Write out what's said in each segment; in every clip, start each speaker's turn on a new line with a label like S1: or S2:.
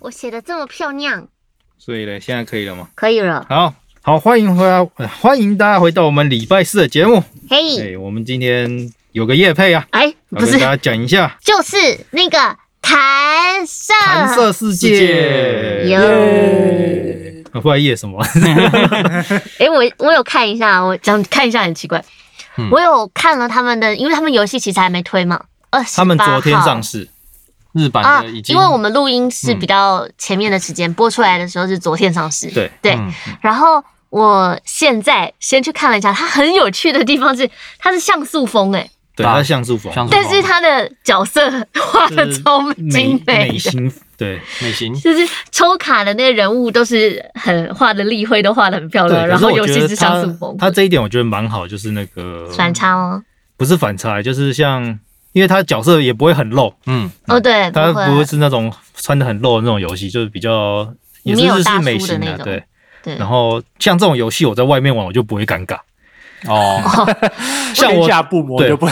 S1: 我写的这么漂亮，
S2: 所以呢，现在可以了吗？
S1: 可以了。
S2: 好好，欢迎回来，呃欢迎大家回到我们礼拜四的节目。哎、
S1: 嘿，
S2: 我们今天有个夜配啊，
S1: 哎，
S2: 要
S1: 不
S2: 跟大
S1: 是，啊
S2: 家讲一下
S1: 就是那个弹射，
S2: 弹射世界。
S1: 哟。
S2: 啊不知道夜什么，
S1: 哎、我我有看一下，我讲看一下很奇怪，
S2: 嗯
S1: 我有看了他们的，因为他们游戏其实还没推嘛，二十
S2: 他们昨天上市，日版
S1: 啊
S2: 的已，经。
S1: 因为我们录音是
S2: 嗯
S1: 比较前面的时间，播出来的时候是昨天上市，
S2: 对
S1: 对，
S2: 嗯
S1: 然后。我现在先去看了一下，它很有趣的地方是，它是像素风哎、
S2: 对，
S3: 吧
S2: 它像素风，
S3: 像 素
S1: 但是它的角色画的超精美
S2: 美
S1: 的，
S2: 型，对
S3: 美型，
S1: 就是抽卡的那个人物都是很画的例会都画的很漂
S2: 对。
S1: 亮，然
S2: 可是
S1: 后
S2: 我
S1: 尤
S2: 觉
S1: 其
S2: 得
S1: 是像
S2: 它
S1: 素风，
S2: 它这一点我觉得蛮好，就是那个
S1: 反差吗？
S2: 不是反差，就是像，因为它角色也不会很露，
S3: 嗯，
S1: 哦，对，
S2: 它
S1: 不会
S2: 不会是那种穿的很露的那种游戏，就是比较也是
S1: 没有
S2: 日
S1: 大
S2: 式
S1: 叔
S2: 美
S1: 的
S2: 型
S1: 那
S2: 啊，
S1: 种嗯
S2: 对。
S1: 对
S2: 然后像这种游戏，我在外面玩我就不会尴尬，
S3: 哦，
S2: 像我
S4: 天下不磨
S2: 对
S4: 就不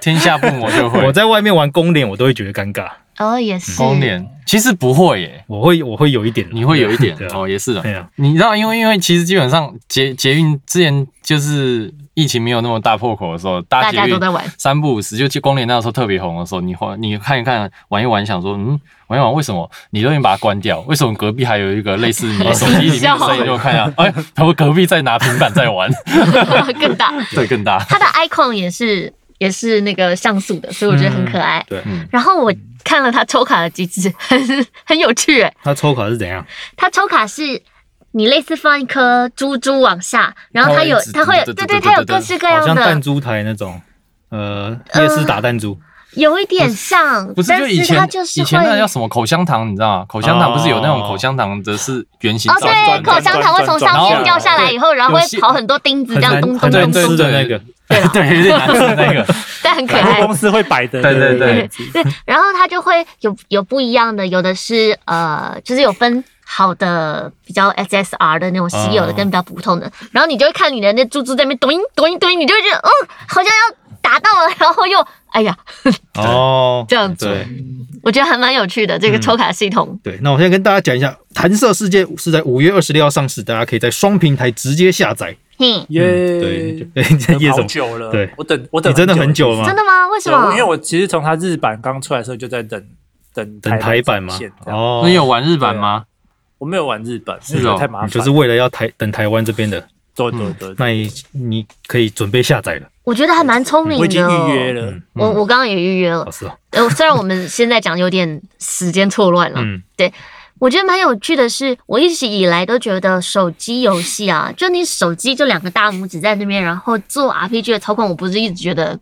S3: 天下不磨就
S2: 我
S3: 会
S2: 在外面玩公联我都会觉得尴尬，
S1: 哦也是
S3: 公脸，其实不会耶，
S2: 我会我会有一点，
S3: 你会有一点
S2: 对啊
S3: 哦，也是的
S2: 对。啊，
S3: 你知道，因为因为其实基本上捷捷运之前就是疫情没有那么大破口的时候，搭
S1: 大
S3: 捷
S1: 家
S3: 运
S1: 都在玩，
S3: 三不五时，就去光年那时候特别红的时候，你会你看一看玩一玩，想说嗯玩一玩，为什么你都已经把它关掉？为什么隔壁还有一个类似你手 机里面的声音？就看一下，哎，他们隔壁在拿平板在玩，
S1: 更大。
S3: 对，更大。
S1: 它的 icon 也是也是那个像素的，所以我觉得很可爱。
S2: 对，
S3: 嗯，
S1: 然后我看了它抽卡的机制，很很有趣诶。
S2: 它抽卡是怎样？
S1: 它抽卡是你类似放一颗珠珠往下，然后它有它
S3: 它
S1: 会
S3: 会一
S1: 有对
S3: 直对
S1: 对，啊
S3: 对对
S1: 它有
S3: 对对
S1: 各式各
S2: 好
S1: 样
S2: 像弹
S1: 的，
S2: 珠台那种，呃，夜市打弹珠，
S1: 有一点像
S3: 不，是就
S1: 但
S3: 以
S1: 是
S3: 前
S1: 它就是
S3: 以前那叫
S1: 会。
S3: 什么口香糖，你知道吗？口香糖不是有那种口香糖的是圆形
S1: 哦，
S3: 造型
S1: 对，
S3: 的
S1: 口
S3: 那种，
S1: 香糖会从上面掉下来以后，然后会跑很多钉子，这
S2: 很
S1: 样
S2: 难
S1: 咚咚
S2: 很
S1: 咚
S2: 难
S1: 咚，
S2: 吃的那个，
S1: 对了，
S3: 对，有点难吃的那个。
S1: 但很可
S4: 百
S1: 爱
S4: 货。公司会摆的，
S3: 对对对
S1: 对，然后它就会有有不一样的，有的是呃，就是有分好的比较 SSR 的那种稀有的，
S2: 哦
S1: 跟比较普通的。然后你就会看你的那猪猪在那边咚音咚音咚音，你就会觉得嗯，好像要打到了，然后又哎呀
S2: 哦，
S1: 这样子，
S2: 对。
S1: 我觉得还蛮有趣的这个抽卡系统。
S2: 对，那我现在跟大家讲一下，《弹射世界》是在五月二十六号上市，大家可以在双平台直接下载。
S1: 嘿，
S4: 耶，
S2: 对，对，这 夜
S4: 等嗯好
S2: 总，
S4: 久了，
S2: 对
S4: 我等我等
S2: 你真的很久了
S1: 真
S2: 吗？
S1: 的吗？为什
S4: 对，我
S1: 么
S4: 因为？我其实从它日版刚出来的时候就在等等
S2: 等台版
S4: 嘛
S2: 吗？，
S4: 这样
S2: 哦，
S3: 你有玩日版吗？
S4: 我没有玩日版，
S3: 哦
S4: 因为觉得太麻
S2: 你
S4: 烦，
S2: 就是为了要台等台湾这边的，
S4: 对对对，对
S2: 那你你可以准备下载了。
S1: 我觉得还蛮聪明的。哦
S4: 我已经预约。了
S2: 嗯，
S1: 我我刚刚也预约了
S2: 老，师哦，
S1: 呃，虽然我们现在讲有点时间错乱了，
S2: 嗯，
S1: 我觉得蛮有趣的是，我一直以来都觉得手机游戏啊，就你手机就两个大拇指在那边，然后做 RPG 的操控，我不是一直觉得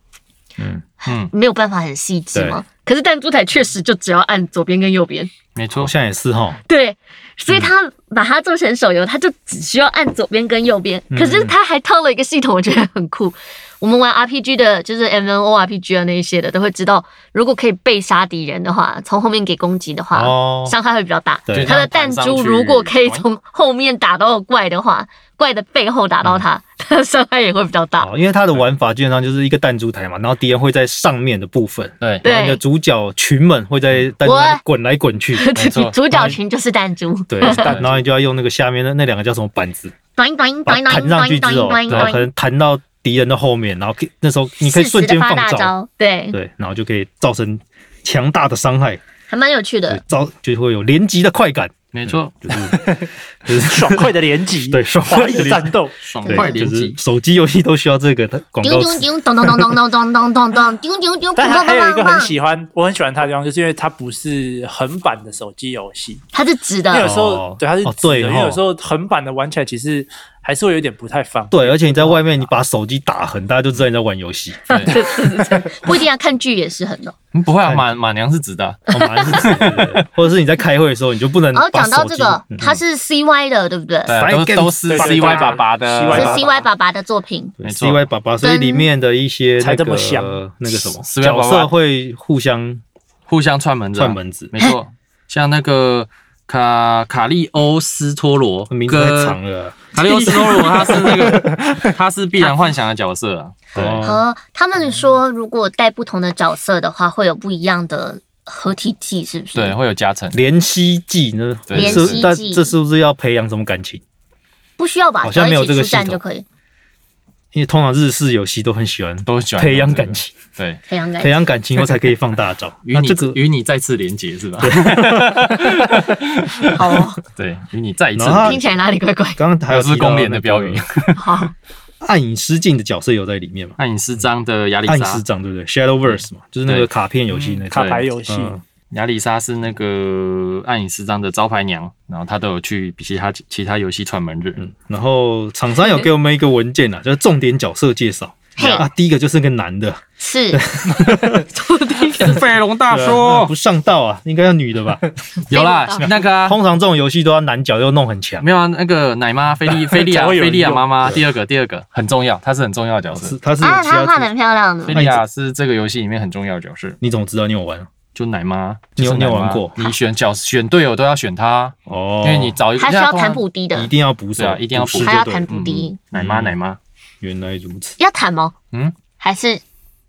S2: 嗯，
S3: 嗯，
S1: 没有办法很细致吗？可是弹珠台确实就只要按左边跟右边，
S3: 没
S2: 好
S3: 错，
S2: 像也是哈，
S1: 对，所
S2: 嗯
S1: 以他把它做成手游，他就只需要按左边跟右边。
S2: 嗯
S1: 可是他还套了一个系统，我觉得很酷。我们玩 RPG 的，就是 M N O R P G 啊那一些的，都会知道，如果可以被杀敌人的话，从后面给攻击的话，
S2: 哦
S1: 伤害会比较大。
S2: 对
S1: 它的弹珠如果可以从后面打到怪的话，怪的背后打到它，
S2: 嗯
S1: 它的 伤害也会比较大。
S2: 哦好，因为它的玩法基本上就是一个弹珠台嘛，然后敌人会在上面的部分，
S3: 对，
S1: 对
S2: 然后你的主角群们会在弹珠
S1: 我
S2: 上滚来滚去，
S3: 没错
S1: 主角群就是弹珠，
S2: 对，
S3: 弹珠
S2: 然后你就要用那个下面的那两个叫什么板子，
S1: 短短
S2: 把
S1: 短
S2: 它
S1: 短
S2: 弹上去之后，然后可能弹到敌人的后面，然后可以那时候你可以
S1: 适时
S2: 瞬
S1: 地
S2: 间
S1: 发
S2: 放
S1: 大
S2: 照，
S1: 招，对，
S2: 对，然后就可以造成强大的伤害，
S1: 还蛮有趣的
S2: 对。，造就会有连击的快感，
S3: 没错，
S2: 就是 就是
S4: 爽快的连击，
S2: 对爽快的
S4: 华丽的战斗，
S3: 爽 快
S2: 对，
S3: 连
S2: 就是
S3: 击，
S2: 手机游戏都需要这个广
S1: 丢
S2: 告
S1: 丢
S2: 词，
S1: 丢，咚咚咚咚咚咚咚咚咚，丢丢丢，
S4: 但它还有一个很
S1: 喜，
S4: 喜欢，我很喜欢它的地方，就是因为它不是横版的手机游戏，
S1: 它是直
S4: 因为有
S1: 的，
S4: 时候
S2: 哦
S4: 对它是
S2: 哦
S4: 直的，
S2: 对
S4: 因
S2: 哦
S4: 为有时候横版的玩起来其实还是会有点不太方便。
S2: 对，而且你在外面你把手机打横，大家就知道你在玩 游戏，
S3: 对，
S1: 不一定要看剧也是很的。
S3: 嗯不会啊，马马娘是直的啊，
S2: 哦马上是直的对或者是你在开会的时候，你就不能
S1: 然后
S2: 把
S1: 讲到
S2: 手
S1: 这
S2: 机
S1: 个，
S2: 嗯
S1: 它是 CY 的，对不对？
S3: 对啊，都都是
S4: 对对
S3: CY
S4: 对
S3: 爸爸的，
S1: 是
S4: CY 爸爸
S1: CY 爸爸的作品，
S2: 对
S3: 没错
S2: CY 爸爸，所以里面的一些那
S4: 才这
S2: 个
S4: 么香
S2: 那个什么
S3: CY
S2: 角
S3: 爸爸
S2: 色会互相
S3: 互相串门子，啊
S4: 啊
S2: 串，门子，
S3: 没错，像那个。卡卡利欧斯托罗
S2: 名字太
S3: 跟
S2: 长了啊。
S3: 卡利欧斯托罗，他是那个他是必然幻想的角色啊，对，
S2: 哦
S1: 呃，他们说如果带不同的角色的话，会有不一样的合体技，是不是？
S3: 对，，会有加成。
S2: 联吸技呢？
S3: 对联
S2: 是
S1: 吸
S2: 但
S1: 技
S2: 这是不是要培养什么感情？
S1: 不需要吧？
S2: 好像没有这个
S1: 只要一起出战
S2: 系统
S1: 就可以
S2: 因为通常日式游戏都很喜欢
S3: 都喜欢
S2: 培养
S3: 这个
S2: 感情，
S3: 啊对，啊
S1: 培养感
S2: 培。养感情后才可以放大招。
S3: 与
S2: 那
S3: 你
S2: 这个，
S3: 与你再次连结是吧？
S2: 啊
S1: 好、 哦，
S3: 对，与你再一次
S2: 然后
S3: 连
S1: 听起
S3: 结，
S1: 来哪里怪怪？
S2: 刚刚还有
S3: 这是公联的 标语。
S1: 好，
S2: 暗影失禁的角色有在里面嘛？
S3: 暗影师章的亚历
S2: 暗影
S3: 莎
S2: 师，长对不对？Shadowverse 嘛，就是那个
S3: 对
S2: 卡片游戏那个
S4: 卡牌游戏，
S2: 嗯
S3: 亚历莎是那个暗影师章的招牌娘，然后她都有去比其他其他游戏串门日。
S2: 嗯，然后厂商有给我们一个文件啊，就是重点角色介绍。
S1: 嘿
S2: 啊，第一个就是个男的，
S1: 是
S3: 飞龙大
S2: 对啊那不上道啊，应该要女的 吧？
S3: 有啦
S1: 飞龙，
S3: 那个啊
S2: 通常这种游戏都要男角又弄很强，
S3: 没有啊，那个奶妈菲 利菲利亚
S4: 才会有
S3: 菲
S4: 人
S3: 利亚
S4: 用
S3: 妈妈，第二个第二个很重要，她是很重要的角
S2: 是
S3: 色。
S2: 他是有
S1: 啊，
S2: 其他
S1: 她画的
S2: 出。
S1: 很漂亮
S3: 菲
S1: 的，
S3: 利亚是这个游戏里面很重要的角色，
S2: 你怎么知道你有玩？
S3: 就奶妈。
S2: 你有
S3: 就是奶妈
S2: 你有玩过
S3: 你选角选队友都要选她，
S2: 哦
S3: 因，为你找一个
S1: 还需要
S3: 通常
S1: 弹补低
S2: 一
S1: 的，
S2: 定要捕手
S3: 对啊，一定要
S2: 捕食
S3: 捕
S2: 就
S1: 还要
S2: 对
S1: 弹
S2: 了
S1: 补低，
S3: 奶妈
S2: 嗯
S3: 奶妈。
S2: 原来如此，
S1: 要弹吗？
S3: 嗯，
S1: 还是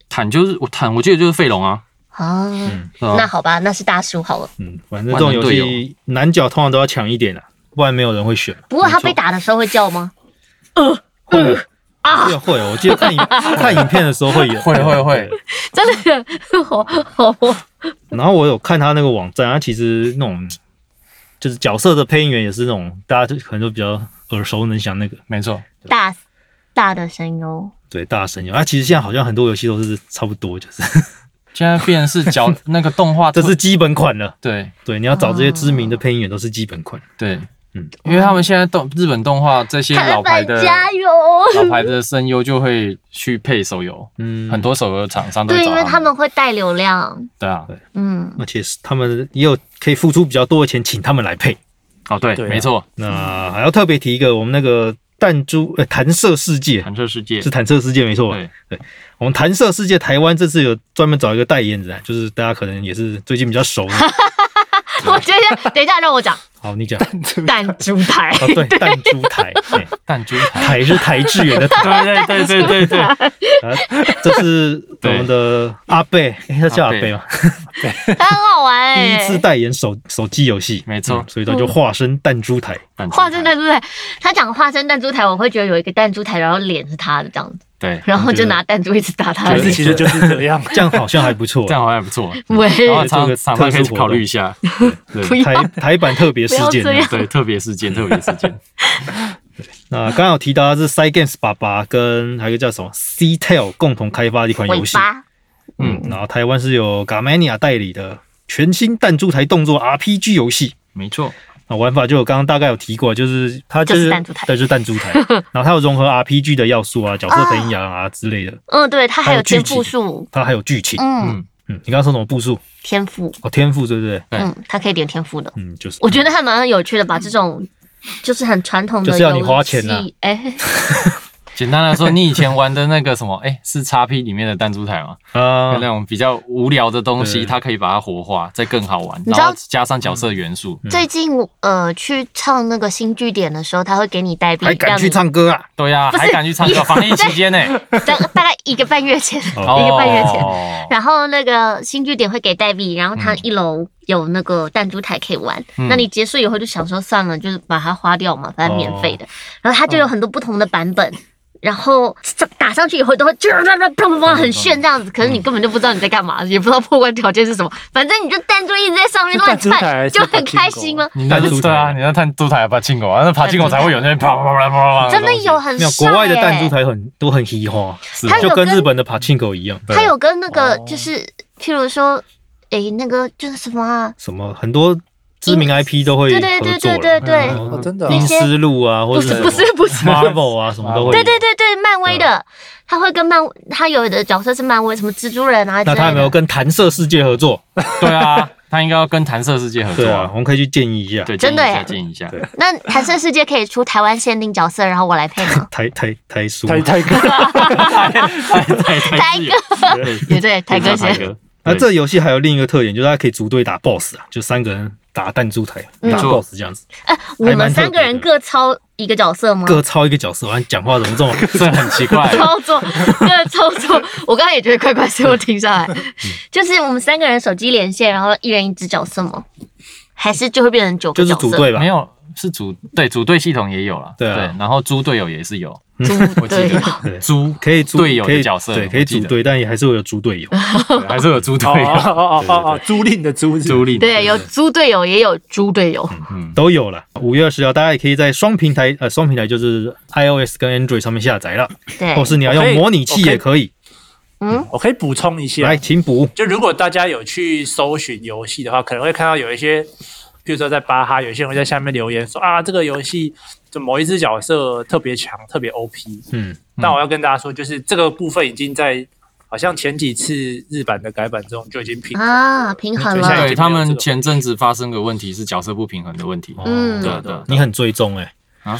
S3: 坦就是我坦，我记得就是费龙啊。
S1: 啊？
S3: 是
S2: 哦
S3: 吧
S1: 那好吧，那是大叔好了。
S2: 嗯，反正这种游
S3: 万能队
S2: 戏男角通常都要强一点啊，不然没有人会 选。
S1: 不过他被打的时候会叫吗？
S2: 会有啊，会有，我记得 看影看影片的时候会有，
S3: 会会会，
S1: 真的， 好好
S2: 然后我有看他那个网站，他其实那种就是角色的配音员也是那种大家就可能都比较耳熟能详那个，
S3: 没错，
S1: 大大的声哦优，
S2: 对，大声优。他、其实现在好像很多游戏都是差不多，就是
S3: 现在变成是角那个动画
S2: 这
S3: 特，
S2: 是基本款了。
S3: 对
S2: 对，你要找这些知名的配音员都是基本款。
S3: 对，
S2: 嗯
S3: 因为他们现在动日本动画这些老
S1: 台
S3: 牌
S1: 版
S3: 的
S1: 加油！ 哦
S3: 老牌的声优就会去配手游，
S2: 嗯，
S3: 很多手游厂商都会
S1: 对，
S3: 找
S1: 因为他
S3: 他们，
S1: 们会带流量。
S3: 对啊，
S1: 嗯，
S2: 而且是他们也有可以付出比较多的钱请他们来配。
S3: 哦对，
S4: 对啊
S3: 没错，
S2: 那还要特别提一个，我们那个弹珠呃弹射世界
S3: 弹射世界
S2: 是弹射世界没错吧？
S3: 对
S2: 我们弹射世界台湾这次有专门找一个代言人啊，就是大家可能也是最近比较熟的。
S1: 我觉得等一下让我 讲
S2: 好，你讲。
S1: 弹珠台，
S2: 哦，对，弹珠台，哎
S3: 弹珠 台，
S2: 台是台志远 的台，
S4: 对对对对对 对，
S2: 啊这是我们的阿贝，哎他叫阿贝嘛，
S1: 很好玩
S2: 第一
S1: 哎、
S2: 次代言手手机游戏，
S3: 没错
S2: 嗯所以他就化身弹珠台，
S3: 弹珠台
S1: 化身弹珠台，他讲化身弹珠台，我会觉得有一个弹珠台，然后脸是他的这样
S2: 哦
S1: 子，
S3: 对，
S1: 然后就拿弹珠一直打他
S4: 但
S1: 的
S4: 是
S1: 脸。
S4: 其实就是这样。
S2: 这样好像还不错啊
S3: 这。样好像也 不错，
S1: 喂，
S3: 然后
S2: 这
S3: 厂
S2: 个
S3: 厂商可
S2: 特
S3: 以
S2: 殊活动
S3: 考虑一下，
S1: 不
S3: 对
S1: 要
S2: 台台版特别事件啊
S1: 不要这样，
S3: 对，特别事件，特别事件，
S2: 那刚刚有提到他是 Side Games 爸爸跟还有一个叫什么 C Tail 共同开发的一款
S1: 尾
S2: 游戏，
S1: 巴
S2: 嗯，然后台湾是由 Gamania 代理的全新弹珠台动作 RPG 游戏，
S3: 没错，
S2: 那玩法就我刚刚大概有提过，就是它
S1: 就
S2: 就
S1: 是
S2: 是
S1: 弹珠台
S2: 对，就是弹珠 台，然后它有融合 RPG 的要素啊，角色培养啊之类的，
S1: 嗯，对，他还
S2: 还有
S1: 有天
S2: 剧
S1: 赋
S2: 集
S1: 树，
S2: 它还有剧情。
S1: 嗯，
S2: 嗯，你刚刚说什么步数？
S1: 天赋，
S2: 哦，天赋对不对？
S3: 对
S1: 嗯，他可以点天赋的。
S2: 嗯，就是
S1: 我觉得还蛮有趣的，把这种就是很传统的
S2: 就是要你花钱
S1: 游
S2: 啊
S1: 戏哎，
S3: 简单来说，你以前玩的那个什么，哎，是 x P 里面的弹珠台吗？
S2: 啊
S3: 那，种比较无聊的东西，
S2: 对
S3: 它可以把它活化，再更好玩，
S1: 你知
S3: 然
S1: 道
S3: 后加上角色元素。
S1: 最近呃去唱那个新据点的时候，他会给你代币，
S2: 还敢
S1: 让
S2: 去
S1: 你
S2: 唱歌啊？
S3: 对呀，
S1: 不是
S3: 还敢去唱歌，防疫期间呢，
S1: 大大概一个半月前，
S2: 哦
S1: 一个半月前
S3: 哦
S1: 然后那个新据点会给代币，然后它一楼有那个弹珠台可以玩。
S3: 嗯
S1: 那你结束以后就想说算了，就是把它花掉嘛，反正免费的。然后它就有很多不同的版本。然后打上去以后都会砰砰砰砰砰很炫这样子，可是你根本就不知道你在干嘛，也不知道破关条件是什么，反正你就弹珠一直在上面乱
S4: 是弹珠台
S1: 窜，
S4: 还是
S1: 就很开心了。
S3: 你那
S2: 弹珠
S3: 是
S2: 台
S3: 对啊，你那弹珠台爬进狗啊，那爬进狗才会有那啪啪啪啪啪啪，
S1: 真的有。很
S2: 没有，
S1: 帅
S2: 国外的弹珠
S1: 耶！
S2: 台很都很嘻哈，
S3: 是
S1: 它有
S2: 就跟
S1: 跟
S2: 日本的 Pachinko 一样，
S1: 它有跟那个
S4: 哦
S1: 就是，譬如说，诶，那个就是什么啊？
S2: 什么很多知名 IP 都会
S1: 对对对
S2: 合作
S1: 对
S2: 了
S1: 对对，
S4: 哦，真的啊
S1: 那
S2: 阴
S1: 些
S2: 思路啊，或
S1: 不
S2: 者
S1: 是不是不是，
S2: Marvel 啊什么都会有。啊
S1: 对对对对，漫威的，他会跟漫，他有的角色是漫威，什么蜘蛛人啊之
S2: 那
S1: 类
S2: 他有没有
S1: 的。
S2: 跟弹射世界合作？
S3: 对啊，它应该要跟弹射世界合
S2: 对
S3: 作
S2: 啊，
S3: 啊。
S2: 我们可以去建议一下。？
S3: 对，
S1: 真的耶
S3: 建议一下，建议一下。
S1: 那弹射世界可以出台湾限定角色，然后我来配吗
S2: 台台台叔，啊
S4: 台台哥，
S3: 台哥，对
S1: 也对，台哥
S3: 台
S1: 先。
S3: 哥。
S2: 那
S3: 对
S2: 这游戏还有另一个特点，就是它可以组队打 BOSS 啊，就三个人打弹珠台、
S1: 嗯
S2: 打 BOSS 这样子，
S1: 我
S2: 还蛮
S1: 们
S2: 特别
S1: 三个人
S2: 的
S1: 各超一个角色吗？
S2: 各超一个角色，然后讲话怎么这么
S3: 这很奇怪。
S1: 操作，真的操 作。我刚才也觉得快快，所以我停下
S2: 嗯
S1: 来。就是我们三个人手机连线，然后一人一只角色吗？还是就会变成九个
S2: 就是
S1: 角
S2: 组
S1: 色？
S2: 队吧
S3: 没？有，是组对组队系统也有了，
S2: 对啊
S3: 然后猪队友也是有，
S1: 组队
S3: 我记
S2: 对，
S3: 猪
S2: 可以组
S3: 队友
S2: 可以
S3: 的角色，
S2: 对，可以组队，但也还是会有组队友。
S3: 我记得，还是有
S2: 啊
S3: 猪队
S4: 哦
S3: 友，
S4: 哦哦哦哦，租赁的租是
S3: 猪力
S1: 对，有猪队友，也有猪队友。
S2: 都有了。五月二十号，大家也可以在双平台，呃，双平台就是 iOS 跟 Android 上面下载了，
S1: 对
S2: 或，是你要
S4: 我可
S2: 用
S4: 以
S2: 模拟器也可以。
S4: 我可以补充一下
S2: 来，，请补。
S4: 就如果大家有去搜寻游戏的话，可能会看到有一些，比如说在巴哈，有一些人会在下面留言说啊，这个游戏就某一只角色特别强，特别 OP。
S2: 嗯，
S4: 那我要跟大家说，就是这个部分已经在好像前几次日版的改版中就已经平衡
S1: 啊，平衡
S4: 就像
S1: 了。
S3: 对他们前阵子发生个问题是角色不平衡的问题，
S1: 嗯
S3: 对对，
S2: 你很追踪哎，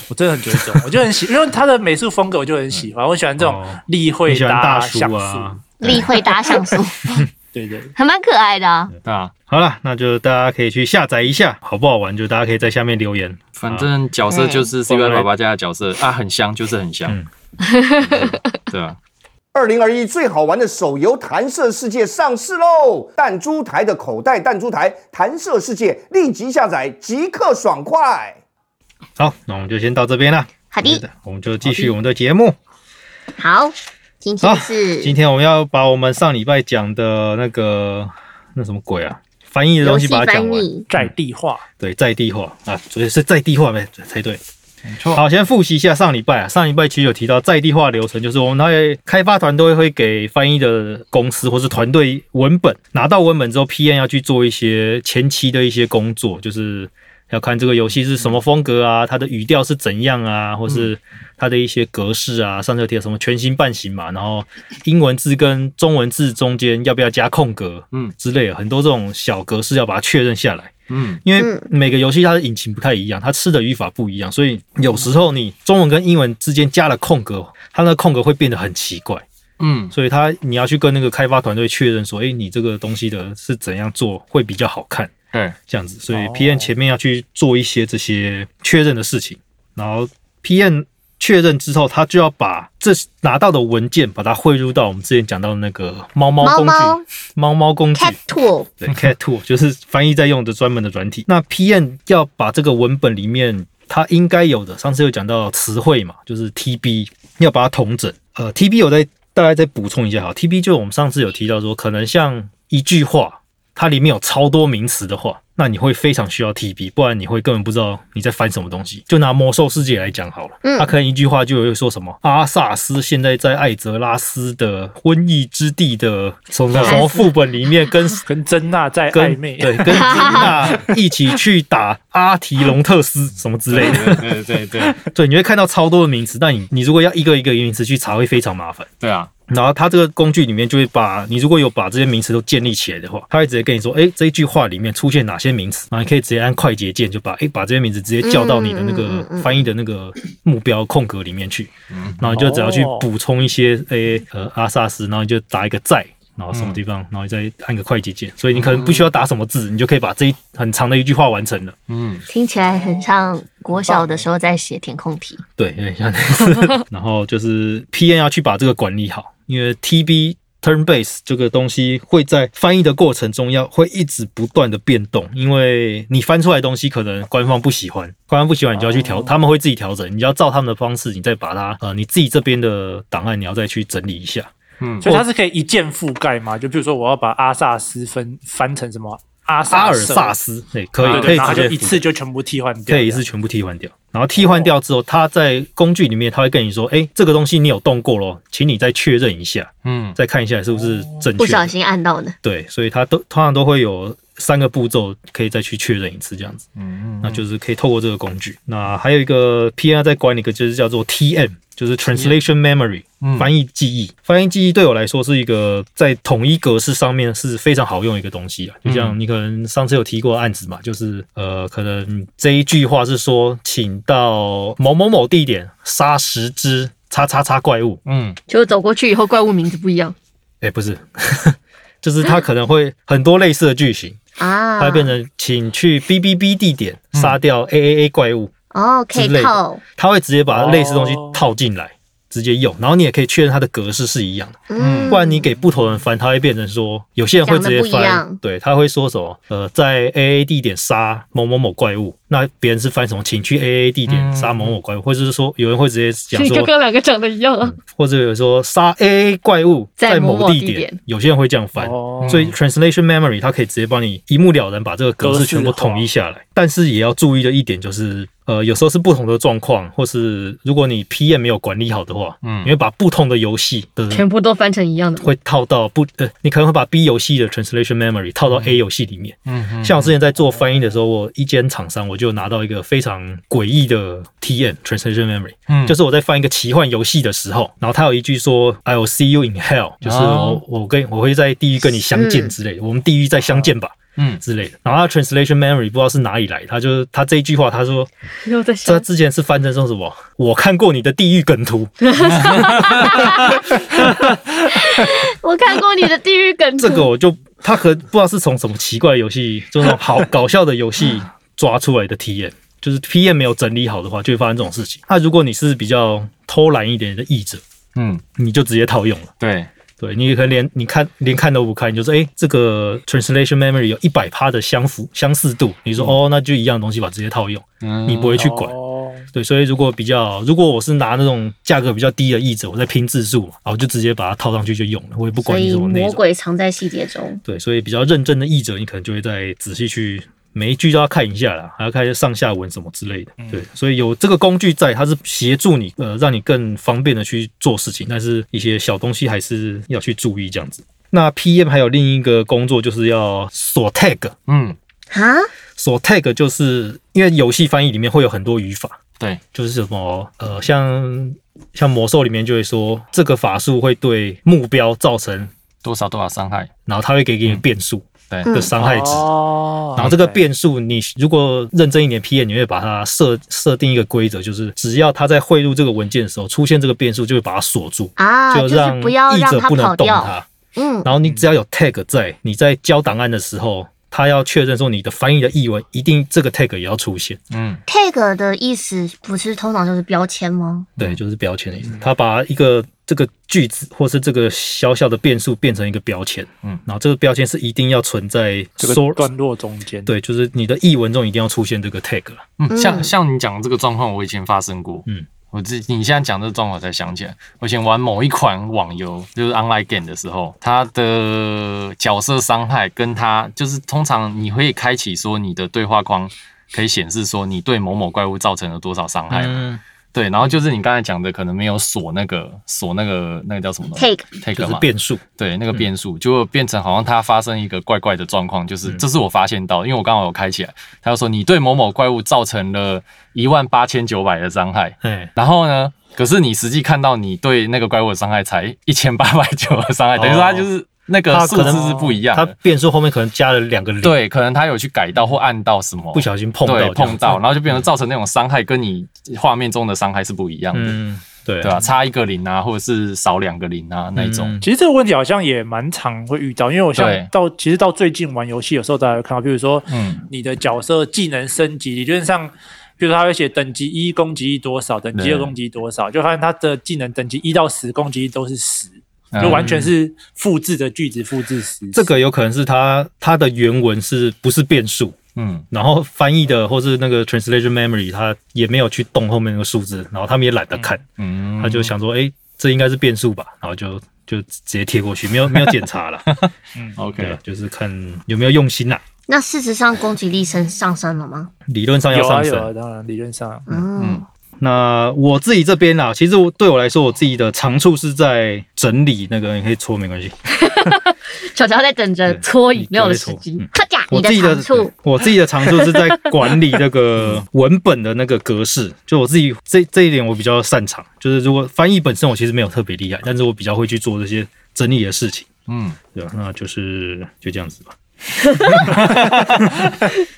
S4: 我真的很觉得这 种，我就很喜，因为他的美术风格我就很喜欢，我喜欢这种
S2: 哦
S4: 立绘
S2: 你喜欢
S4: 搭
S2: 大
S4: 像
S2: 叔
S4: 素
S2: 啊，。
S1: 例会打像素，
S4: 对对，
S1: 还蛮可爱的啊。
S3: 对啊，
S2: 好了，那就大家可以去下载一下，好不好玩？就大家可以在下面留言。
S3: 反正角色就是
S2: 嗯
S3: CY 爸爸家的角色啊，很香就是很香
S2: 嗯，
S3: 对啊，
S5: 二零二一最好玩的手游《弹射世界》上市喽！弹珠台的口袋弹珠台，《弹射世界》立即下载，即刻爽快！
S2: 好，那我们就先到这边了。
S1: 好的，
S2: 我们就继续我们的节目。
S1: 好，今天
S2: 好今
S1: 是
S2: 天我们要把我们上礼拜讲的那个那什么鬼啊，翻译的
S1: 游
S2: 东西
S1: 戏
S2: 把它讲
S1: 翻
S2: 完。
S1: 译，
S4: 在地化，
S2: 对，在地化啊，所以是在地化呗才对。
S3: 没错，
S2: 好，先复习一下上礼拜啊，上礼拜其实有提到在地化流程，就是我们会开发团队会给翻译的公司或是团队文本，拿到文本之后，PM 要去做一些前期的一些工作，就是要看这个游戏是什么风格啊，它的语调是怎样啊，或
S3: 嗯
S2: 是它的一些格式啊。上次有提到什么全新半形嘛，然后英文字跟中文字中间要不要加空格，
S3: 嗯
S2: 嗯之类的，很多这种小格式要把它确认下来。
S3: 嗯，
S2: 因为
S1: 嗯
S2: 每个游戏它的引擎不太一样，它吃的语法不一样，所以有时候你中文跟英文之间加了空格，它那个空格会变得很奇怪。
S3: 嗯，
S2: 所以它你要去跟那个开发团队确认说，诶，哎你这个东西的是怎样做会比较好看，
S3: 对，
S2: 这样子。所以
S4: 哦
S2: PM 前面要去做一些这些确认的事情，然后 PM 确认之后，他就要把这拿到的文件把它汇入到我们之前讲到的那个猫猫
S1: 猫
S2: 工具，
S1: 猫
S2: 猫猫工具
S1: cat tool，
S2: 对，Cat Tool 就是翻译在用的专门的软体。那 PM 要把这个文本里面它应该有的，上次有讲到词汇嘛，就是 TB 要把它统整。呃，TB 我再大概再补充一下哈，TB 就是我们上次有提到说，可能像一句话，它里面有超多名词的话，那你会非常需要 TB，不然你会根本不知道你在翻什么东西。就拿魔兽世界来讲好了，
S1: 嗯
S2: 它可能一句话就有说什么阿萨斯现在在艾泽拉斯的瘟疫之地的什么什么副本里面跟
S4: 跟珍娜在
S2: 跟
S4: 暧昧，
S2: 对， 跟吉娜一起去打阿提隆特斯什么之类的。
S3: 对对对对
S2: 对，你会看到超多的名词，但你你如果要一个一个名词去查，会非常麻烦。
S3: 对啊，
S2: 然后它这个工具里面就会把你如果有把这些名词都建立起来的话，它会直接跟你说，哎，这一句话里面出现哪些名词，然后你可以直接按快捷键就把哎把这些名词直接叫到你的
S1: 嗯
S2: 那
S1: 嗯
S2: 个
S1: 嗯嗯嗯
S2: 翻译的那个目标空格里面去，然后你就只要去补充一些哎呃阿萨斯，然后你就打一个在。然后什么地
S1: 嗯
S2: 方，然后你再按个快捷键，所以你可能不需要打什么字，你就可以把这一很长的一句话完成了。
S3: 嗯，
S1: 听起来很像国小的时候在写填空题。
S2: 对，有点像那次。然后就是 P N 要去把这个管理好，因为 T B turn base 这个东西会在翻译的过程中要会一直不断的变动，因为你翻出来的东西可能官方不喜欢，官方不喜欢你就要去调，他们会自己调整，你要照他们的方式，你再把它呃你自己这边的档案你要再去整理一下。
S4: 所以它是可以一键覆盖嘛？就比如说我要把阿萨斯分翻成什么阿萨
S2: 阿尔
S4: 瑟
S2: 萨斯，对，可以
S4: 对
S2: 可
S4: 对，
S2: 以
S4: 然后
S2: 直
S4: 就
S2: 接
S4: 一
S2: 复
S4: 次就全部替换掉，哦
S2: 可以一次全部替换掉。然后替换掉之后，它在工具里面，它会跟你说：“哎、这个东西你有动过咯，请你再确认一下，
S3: 嗯，
S2: 再看一下是不是正
S1: 嗯
S2: 确。”
S1: 不小心按到的，
S2: 对，所以它都通常都会有三个步骤可以再去确认一次这样子，
S3: 嗯
S2: 那就是可以透过这个工具。那还有一个 PR 在管理一个就是叫做 TM，就是 Translation Memory，、
S3: 嗯
S2: 翻译记忆。翻译记忆对我来说是一个在统一格式上面是非常好用的一个东西啊。就
S1: 嗯
S2: 像你可能上次有提过的案子嘛，就是呃，可能这一句话是说，请到某某某地点杀十只叉叉叉怪物，
S3: 嗯
S1: 就走过去以后，怪物名字不一样。
S2: 哎、不是， 就是它可能会很多类似的句型，
S1: 啊，嗯
S2: 它会变成请去 B B B 地点杀掉 A A A 怪物，
S1: 哦，可以
S2: 之类的
S1: 扣，
S2: 它会直接把类似东西
S4: 哦
S2: 套进来。直接用，然后你也可以确认它的格式是一样的，
S1: 嗯
S2: 不然你给不同人翻，它会变成说，有些人会直接
S1: 讲得不一
S2: 翻
S1: 样，
S2: 对，他会说什么，呃，在 A A 地点杀某某某怪物，那别人是翻什么，请去 A A 地
S1: 嗯
S2: 点杀某某怪物，或者是说有人会直接讲
S6: 所以
S2: 说，
S6: 就跟两个长得一样啊。
S2: 或者有说杀 A 怪物
S6: 在
S2: 在某
S6: 某
S2: 地
S6: 地
S2: 点
S6: 点，
S2: 有些人会这样翻，
S4: 哦
S2: 所以 translation memory 它可以直接帮你一目了然把这个格式全部统一下来。但是也要注意的一点就是，呃，有时候是不同的状况，或是如果你 PM 没有管理好的话，
S3: 嗯
S2: 你会把不同的游戏的
S6: 全部都翻成一样的，
S2: 会套到不呃，你可能会把 B 游戏的 translation memory 套到 A 游戏里面。
S3: 嗯嗯，
S2: 像我之前在做翻译的时候，我一间厂商我就拿到一个非常诡异的 TM translation memory，
S3: 嗯
S2: 就是我在翻一个奇幻游戏的时候，然后他有一句说 “I will see you in hell”，就是我、
S3: 哦
S2: 我跟我会在地狱跟你相见之类的，我们地狱再相见吧。
S3: 嗯
S2: 之类的，然后他 translation memory 不知道是哪里来的，他就是他这一句话，他说
S6: 又在
S2: 他
S6: 想
S2: 之前是翻成说什么？我看过你的地狱梗图，
S1: 我看过你的地狱梗
S2: 这
S1: 图，
S2: 个我就他可不知道是从什么奇怪的游戏，就那种好搞笑的游戏抓出来的体验，就是 PM 没有整理好的话，就会发生这种事情。那如果你是比较偷懒一点的译者，
S3: 嗯，
S2: 你就直接套用了。
S3: 对，
S2: 对你可能连你看连看都不看，你就说哎、诶这个 translation memory 有一百趴的相符相似度，你
S1: 嗯
S2: 说、哦，那就一样东西吧，直接套用，
S3: 嗯
S2: 你不会去管。
S4: 哦
S2: 对，所以如果比较，如果我是拿那种价格比较低的译者，我在拼字数嘛，然后就直接把它套上去就用了，我也不
S1: 所
S2: 管你
S1: 以
S2: 什么内
S1: 魔
S2: 容。
S1: 鬼藏在细节中。
S2: 对，所以比较认真的译者，你可能就会再仔细去每一句都要看一下啦，还要看一下上下文什么之类的。对，所以有这个工具在，它是协助你，呃，让你更方便的去做事情，但是一些小东西还是要去注意这样子。那 PM 还有另一个工作就是要锁 tag，
S3: 嗯
S1: 啊，
S2: 锁 tag 就是因为游戏翻译里面会有很多语法，
S3: 对，
S2: 就是什么呃，像像魔兽里面就会说这个法术会对目标造成，
S3: 多少多少伤害，
S2: 然后它会给给你变数
S3: 对，
S2: 的伤害值。
S4: 哦
S2: 然后这个变数，你如果认真一点 P M，你会把它设设定一个规则，就是只要它在汇入这个文件的时候出现这个变数，就会把它锁住，
S1: 啊，就
S2: 就是让
S1: 不要
S2: 译
S1: 让
S2: 者
S1: 它
S2: 不能
S1: 跑
S2: 动
S1: 掉。
S2: 它。
S1: 嗯，
S2: 然后你只要有 tag 在，你在交档案的时候，它要确认说你的翻译的译文一定这个 tag 也要出现。
S3: 嗯
S1: tag 的意思不是通常就是标签吗？
S2: 对，就是标签的意思。它把一个这个句子或是这个小小的变数变成一个标签，
S3: 嗯
S2: 嗯，然后这个标签是一定要存在
S4: 这个
S2: source-
S4: 段落中间，
S2: 对，就是你的译文中一定要出现这个 tag 了。
S3: 嗯，像像你讲的这个状况，我以前发生过，
S2: 嗯。
S3: 我自你现在讲这个状况，我才想起来，我以前玩某一款网游，就是 online game 的时候，它的角色伤害跟它就是通常你会开启说你的对话框可以显示说你对某某怪物造成了多少伤害嘛，
S2: 嗯，
S3: 对，然后就是你刚才讲的，可能没有锁那个锁那个那个叫什么东西
S1: Take
S3: take
S2: 就是
S3: 嘛，
S2: 变数。
S3: 对那个变数，就变成好像它发生一个怪怪的状况，就是
S2: 嗯
S3: 这是我发现到，因为我刚好有开起来，他就说你对某某怪物造成了一万八千九百的伤害，
S2: 哎，
S3: 然后呢，可是你实际看到你对那个怪物的伤害才一千八百九的伤害，等于说它就是那个
S2: 哦它
S3: 啊数
S2: 可能
S3: 字是不一样
S2: 它
S3: 的。
S2: 变数后面可能加了两个零，，
S3: 对，可能他有去改到或按到什么，
S2: 不小心碰
S3: 对
S2: 到
S3: 碰到，，然后就变成造成那种伤害，跟你画面中的伤害是不一样的。
S2: 嗯，对
S3: 对吧、，差一个零啊，或者是少两个零啊那一种。
S2: 嗯
S4: 其实这个问题好像也蛮常会遇到，因为我像
S3: 对
S4: 到其实到最近玩游戏，有时候大家会看到，比如说，
S3: 嗯
S4: 你的角色技能升级，理论上，比如说他会写等级一攻击力多少，等级
S3: 对
S4: 二攻击力多少，就发现他的技能等级一到十攻击力都是十，
S3: 嗯
S4: 就完全是复制的句子复制十。
S2: 这个有可能是它它的原文是不是变数，
S3: 嗯，
S2: 然后翻译的或是那个 translation memory 它也没有去动后面那个数字，然后他们也懒得看，
S3: 嗯
S2: 他就想说，哎，这应该是变数吧，然后就就直接贴过去，没有没有检查 了，对啊
S3: OK，，
S2: 就是看有没有用心啦，
S1: 那事实上攻击力升上升了吗？
S2: 理论上要
S4: 有啊
S2: 上
S4: 有
S2: 升，
S4: 啊，当然理论上，
S1: 嗯，
S2: 那我自己这边啦，其实我对我来说，我自己的长处是在整理那个，你可以搓没关系。
S1: 小乔在等着
S2: 对
S1: 搓饮料的时
S2: 你
S1: 机
S2: 在搓嗯，
S1: 客家
S2: 我
S1: 你
S2: 自己
S1: 长处，
S2: 我自己的长处是在管理那个文本的那个格式，就我自己这这一点我比较擅长。就是如果翻译本身我其实没有特别厉害，但是我比较会去做这些整理的事情，
S3: 嗯
S2: 对吧？那就是就这样子吧。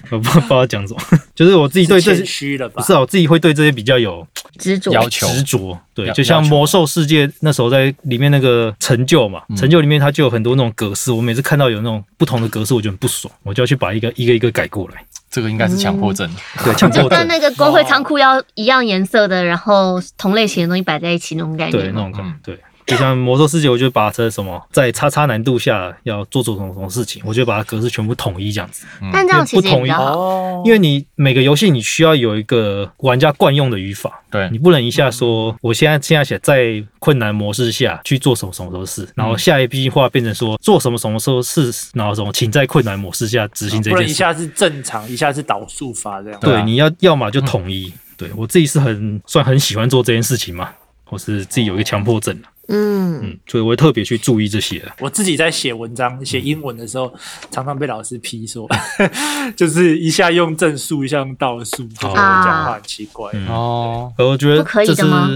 S2: 我不不知道讲什么， 就是我自己对这些，
S4: 谦虚了
S2: 不
S4: 吧
S2: 是？啊，我自己会对这些比较有
S1: 执着。
S3: 要求
S2: 执着，对
S3: 要，
S2: 就像
S3: 要求嗯
S2: 魔兽世界那时候在里面那个成就嘛，成就里面它就有很多那种格式，我每次看到有那种不同的格式，我就很不爽，我就要去把一个一个一个改过来，
S3: 这个应该是强迫症，
S2: 对，强
S1: 就
S2: 迫
S1: 跟
S2: 症，
S1: 那个工会仓库要一样颜色的，然后同类型的东西摆在一起那种感
S2: 对，
S1: 觉
S2: 那
S1: 吗。
S2: 种感觉
S3: 嗯，
S2: 对。就像魔兽世界，我就把这什么在叉叉难度下要做出什么什么事情，我就把它格式全部统一这样子。
S1: 但这样其实也
S2: 不同
S1: 比
S2: 意
S1: 较好。
S4: 哦，
S2: 因为你每个游戏你需要有一个玩家惯用的语法，
S3: 对
S2: 你不能一下
S4: 嗯
S2: 说我现在现在写在困难模式下去做什么什么什么事，
S4: 嗯
S2: 然后下一句话变成说做什么什么什么事，然后什么请在困难模式下执行这
S4: 啊不然
S2: 件
S4: 一
S2: 事。
S4: 下是正常，一下是导数法这样。
S3: 对啊
S2: 对，你要要么就统一。
S4: 嗯
S2: 对我自己是很算很喜欢做这件事情嘛，我是自己有一个强迫症啊
S1: 嗯，
S2: 嗯，所以我会特别去注意这些啊。
S4: 我自己在写文章、写英文的时
S2: 嗯
S4: 候，常常被老师批说， 就是一下用正数，一下用倒数，就是我
S1: 啊
S4: 讲话很奇怪，
S2: 哦嗯
S3: 哦，
S2: 而我觉得
S1: 不可以
S2: 这
S1: 的
S2: 是
S1: 吗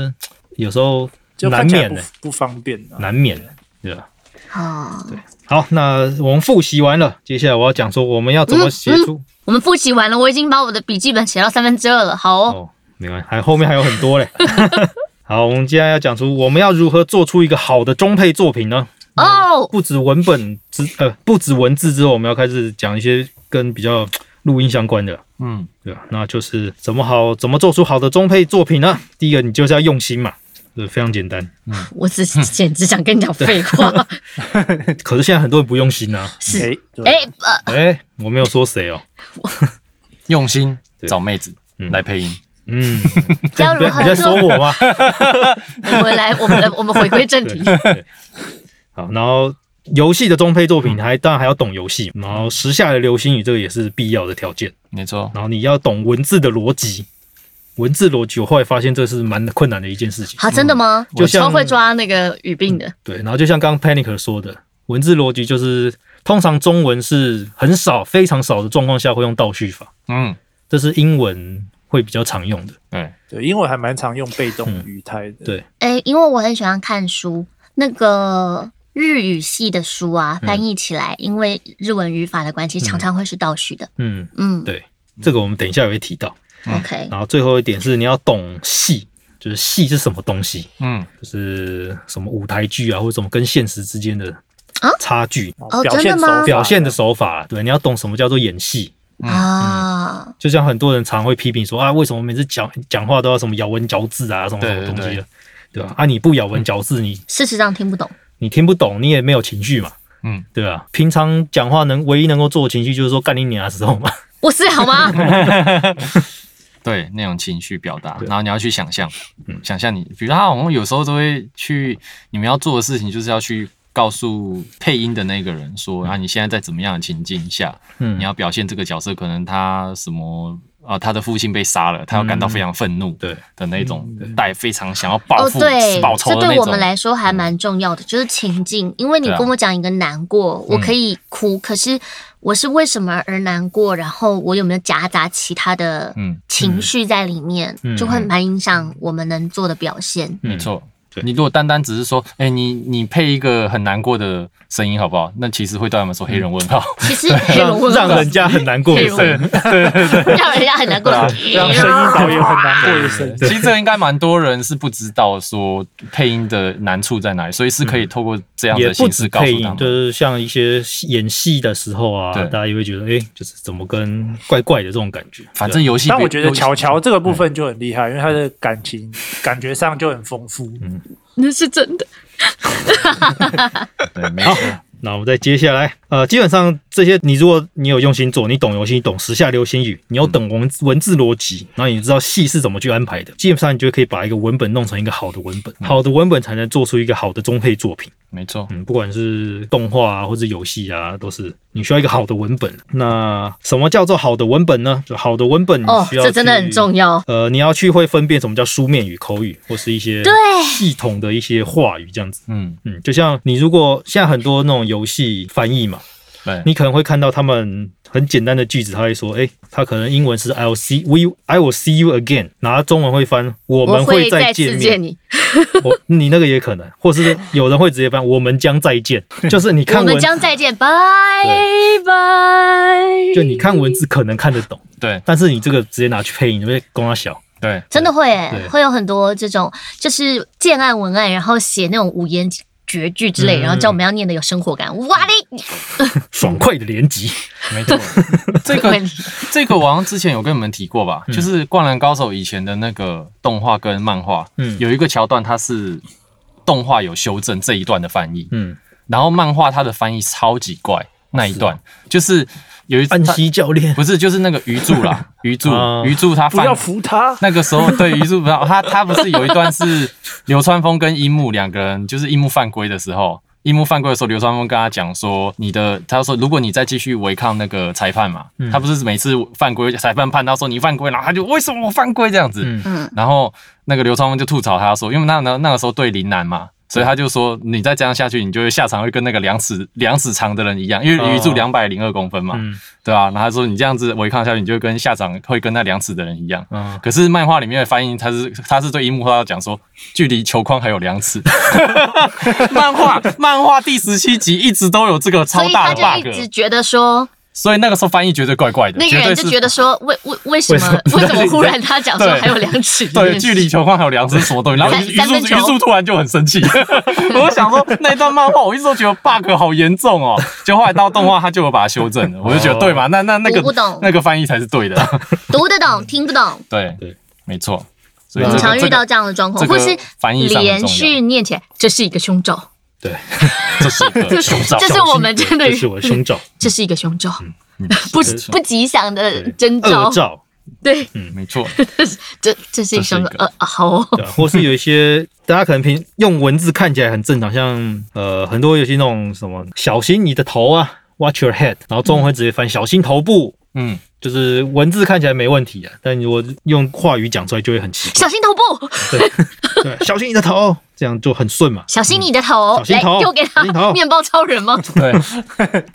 S2: 有时候
S4: 就
S2: 难
S4: 看起来
S2: 免
S4: 不
S2: 的，
S4: 不方便啊。
S2: 难免的，对吧？啊
S1: 好，
S2: 好，那我们复习完了，接下来我要讲说我们要
S1: 嗯
S2: 怎么写出、
S1: 我们复习完了，我已经把我的笔记本写到三分之二了。好哦，
S2: 哦，没关系，还后面还有 很多嘞。好，我们接下来要讲出我们要如何做出一个好的中配作品呢？
S1: 哦，
S2: 不止文本之呃，不止文字之后，我们要开始讲一些跟比较录音相关的，
S3: 嗯，
S2: 对吧？那就是怎么好，怎么做出好的中配作品呢？第一个，你就是要用心嘛，对，非常简单。
S6: 我只是简直想跟你讲废话。
S2: 可是现在很多人不用 心啊，
S4: 哎，对
S1: 哎，呃，
S2: 哎、我没有说谁哦，
S3: 用心
S2: 对
S3: 找妹子
S2: 嗯
S3: 来配音，
S2: 嗯，
S1: 这样
S2: 你
S1: 如
S2: 在
S1: 何
S2: 你在
S1: 做
S2: 说我吗？
S6: 我们来，我们来，我们回归正
S2: 对
S6: 题。
S2: 对，好，然后游戏的中配作品还当然还要懂游戏，然后时下的流行语这个也是必要的条件，
S3: 没错，
S2: 然后你要懂文字的逻辑，文字逻辑我后来发现这是蛮困难的一件事情，
S1: 好，啊真的吗？嗯
S6: 嗯
S2: 就
S6: 我
S2: 像
S6: 超会抓那个语病的，
S2: 对，然后就像刚刚 Panic 说的，文字逻辑就是通常中文是很少非常少的状况下会用倒叙法，
S3: 嗯，
S2: 这是英文会比较常用的，
S3: 对，
S4: 对，因为我还蛮常用被动语态的。
S2: 嗯对
S1: 哎，因为我很喜欢看书，那个日语系的书啊，
S3: 嗯
S1: 翻译起来，因为日文语法的关系，常常会是倒叙的。
S2: 嗯，
S1: 嗯
S2: 对，这个我们等一下也会提到，
S6: 嗯
S1: ，OK，
S2: 然后最后一点是你要懂戏，就是戏是什么东西。
S3: 嗯，
S2: 就是什么舞台剧啊，或者什么跟现实之间的差距、
S4: 哦
S1: 哦
S4: 表现
S1: 真
S4: 手
S1: 的吗
S4: 法
S2: 表现的手法，对，你要懂什么叫做演戏。
S3: 嗯
S1: 啊，
S2: 就像很多人常会批评说啊，为什么每次讲讲话都要什么咬文嚼字啊，什么什么东
S3: 对
S2: 西
S3: 对嗯
S2: 的，对吧？啊，你不咬文嚼字，你
S1: 事实上听不懂。
S2: 你听不懂，你也没有情绪嘛，
S3: 嗯，
S2: 对吧？平常讲话能唯一能够做的情绪就是说干你娘的时候嘛，
S1: 不是好 吗？
S3: 对，那种情绪表达，
S2: 对嗯
S3: 然后你要去想象，想象你，比如他好像有时候都会去，你们要做的事情就是要去告诉配音的那个人说，啊，你现在在怎么样的情境下，
S2: 嗯
S3: 你要表现这个角色，可能他什么啊，他的父亲被杀了，他要感到非常愤怒
S2: 嗯对，嗯
S3: 的那种，带非常想要报
S1: 哦，
S3: 复、
S1: 对，
S3: 报仇
S1: 这
S3: 的那
S1: 对我们
S3: 种，
S1: 来说还蛮重要的，就是情境。因为你
S3: 对啊
S1: 跟我讲一个难过，
S3: 啊
S1: 我可以哭，可是我是为什么而难过，然后我有没有夹杂其他的
S3: 嗯，
S1: 情绪在里面，
S2: 嗯
S1: 就会蛮影响我们能做的表现。
S2: 没
S3: 没。错。
S2: 嗯对
S3: 你如果单单只是说，哎、你你配一个很难过的声音好不好？那其实会对他们说黑人问 号，
S1: 其实
S2: 让让人家很难过的
S6: 黑
S2: 事，
S1: 让人家很难过，
S4: 让
S1: 哎
S4: 声音导演很难过的声音。
S3: 其实这应该蛮多人是不知道说配音的难处在哪里，所以是可以透过这样
S2: 也
S3: 的
S2: 不
S3: 形
S2: 止
S3: 式告诉
S2: 配
S3: 他
S2: 音，
S3: 们。
S2: 就是像一些演戏的时候啊，
S3: 对
S2: 大家也会觉得，哎、就是怎么跟怪怪的这种感觉。
S3: 反正游戏，
S4: 但我觉得乔乔这个
S2: 哎
S4: 部分就很厉害，因为他的感情感觉上就很丰富。
S2: 嗯
S6: 那是真的。
S3: 对， 没错，
S2: 那我们再接下来，呃，基本上这些，你如果你有用心做，你懂游戏，你懂时下流行语，你要懂文文字逻辑，然后你知道戏是怎么去安排的，基本上你就可以把一个文本弄成一个好的文本，好的文本才能做出一个好的中配作品。
S3: 没错，
S2: 嗯，不管是动画啊，或是游戏啊，都是你需要一个好的文本。那什么叫做好的文本呢？就好的文本，你
S6: 哦，
S2: 需要
S6: 这真的很
S2: 去
S6: 重要。
S2: 呃，你要去会分辨什么叫书面语、口语，或是一些
S1: 对
S2: 系统的一些话语这样子。
S3: 嗯，
S2: 嗯，就像你如果现在很多那种游戏翻译嘛，
S3: 对，
S2: 你可能会看到他们很简单的句子，他会说，哎、他可能英文是 I'll see we I will see you again，然后中文会翻
S6: 我
S2: 我们会
S6: 再
S2: 见
S6: 次
S2: 面
S6: 见。你。
S2: 我你那个也可能，或是有人会直接翻“我们将再见”，就是你
S1: 我
S2: 看
S1: 们
S2: 文，
S1: 将再见，拜拜。
S2: 就你看文字可能看得懂，
S3: 对
S2: 但是你这个直接拿去配音，你会公他小。
S3: 对，
S1: 真的会欸、
S2: 对
S1: 会有很多这种就是建案文案，然后写那种五言绝句之类，然后叫我们要念的有生活感。哇嘞，
S2: 爽快的连击，
S3: 没错，这个
S1: 会
S3: 这个我好像之前有跟你们提过吧，
S2: 嗯
S3: 就是《灌篮高手》以前的那个动画跟漫画，
S2: 嗯
S3: 有一个桥段它是动画有修正这一段的翻译，
S2: 嗯，
S3: 然后漫画它的翻译超级怪，那一段就是有一
S2: 安西教练，
S3: 不是就是那个鱼柱啦，鱼柱
S2: 啊
S3: 鱼柱他
S4: 不
S3: 翻
S4: 要扶他。
S3: 那个时候对于是不 要他他不是有一段是流川枫跟樱木两个人，就是樱木犯规的时候，樱木犯规的时候，流川枫跟他讲说，你的他说如果你再继续违抗那个裁判嘛，
S2: 嗯
S3: 他不是每次犯规裁判判他说你犯规，然后他就为什么我犯规这样子，
S2: 嗯
S3: 然后那个流川枫就吐槽他说，因为那那那个时候对林南嘛。所以他就说，你再这样下去，你就会下场会跟那个两尺两尺长的人一样，因为鱼柱
S2: 哦
S3: 两百零二公分嘛，
S2: 嗯
S3: 对啊，然后他说你这样子违抗下去，你就会跟下场会跟那两尺的人一样。
S2: 嗯，
S3: 可是漫画里面的翻译，他是他是对樱木花道讲说，距离球框还有两尺。 漫画漫画第十七集一直都有这个
S1: 所
S3: 超
S1: 以他
S3: 大的
S1: 就一
S3: bug，
S1: 直觉得说，
S3: 所以那个时候翻译绝对怪怪的，
S1: 那个人
S3: 绝对
S1: 就是觉得说，为为为什么
S2: 为
S1: 为
S2: 什么
S1: 什么忽然他讲说
S3: 对
S1: 还有两尺这
S3: 对
S1: 件事？
S3: 距离球框还有两尺是什么东西，然后
S1: 三
S3: 鱼鱼
S1: 三分
S3: 柱
S1: 球
S3: 鱼柱突然就很生气， 我就想说那一段漫画我一直都觉得 bug 好严重哦，就后来到动画他就有把它修正了，我就觉得
S2: 哦
S3: 对嘛，那那那
S1: 我不
S3: 个
S1: 懂
S3: 那个翻译才是对的，
S1: 读得懂，听不懂。
S3: 对
S2: 对，
S3: 没错，所以
S1: 你
S3: 呃这个
S1: 嗯常遇到
S3: 这
S1: 这样的状况，
S3: 这个
S1: 或是
S3: 翻译上很重要
S1: 连续念起来，这是一个凶咒，
S2: 对，
S3: 个这是 一个胸罩，
S1: 这是我们真的
S2: 这是我的胸罩，
S1: 这是一个凶咒，
S3: 嗯
S1: 不
S2: 是是
S1: 不吉祥的
S2: 对
S1: 征兆
S2: 恶。兆，
S1: 对，
S3: 没错，
S1: 这这是一个凶咒
S3: 嗯这是一。
S1: 呃，
S3: 个
S1: 啊好哦，
S2: 对啊，或是有一些大家可能平用文字看起来很正常，像呃很多有些那种什么小心你的头啊，watch your head，然后中文会直接翻小心头部，
S3: 嗯，
S2: 就是文字看起来没问题啊，但如果用话语讲出来就会很奇怪。
S1: 小心头部，
S2: 对，小心你的头，这样就很顺嘛。
S1: 小心你的头
S2: 小，心
S1: 来
S2: 头
S1: 丢给
S2: 小心头
S1: 他面包超人吗？
S3: 对，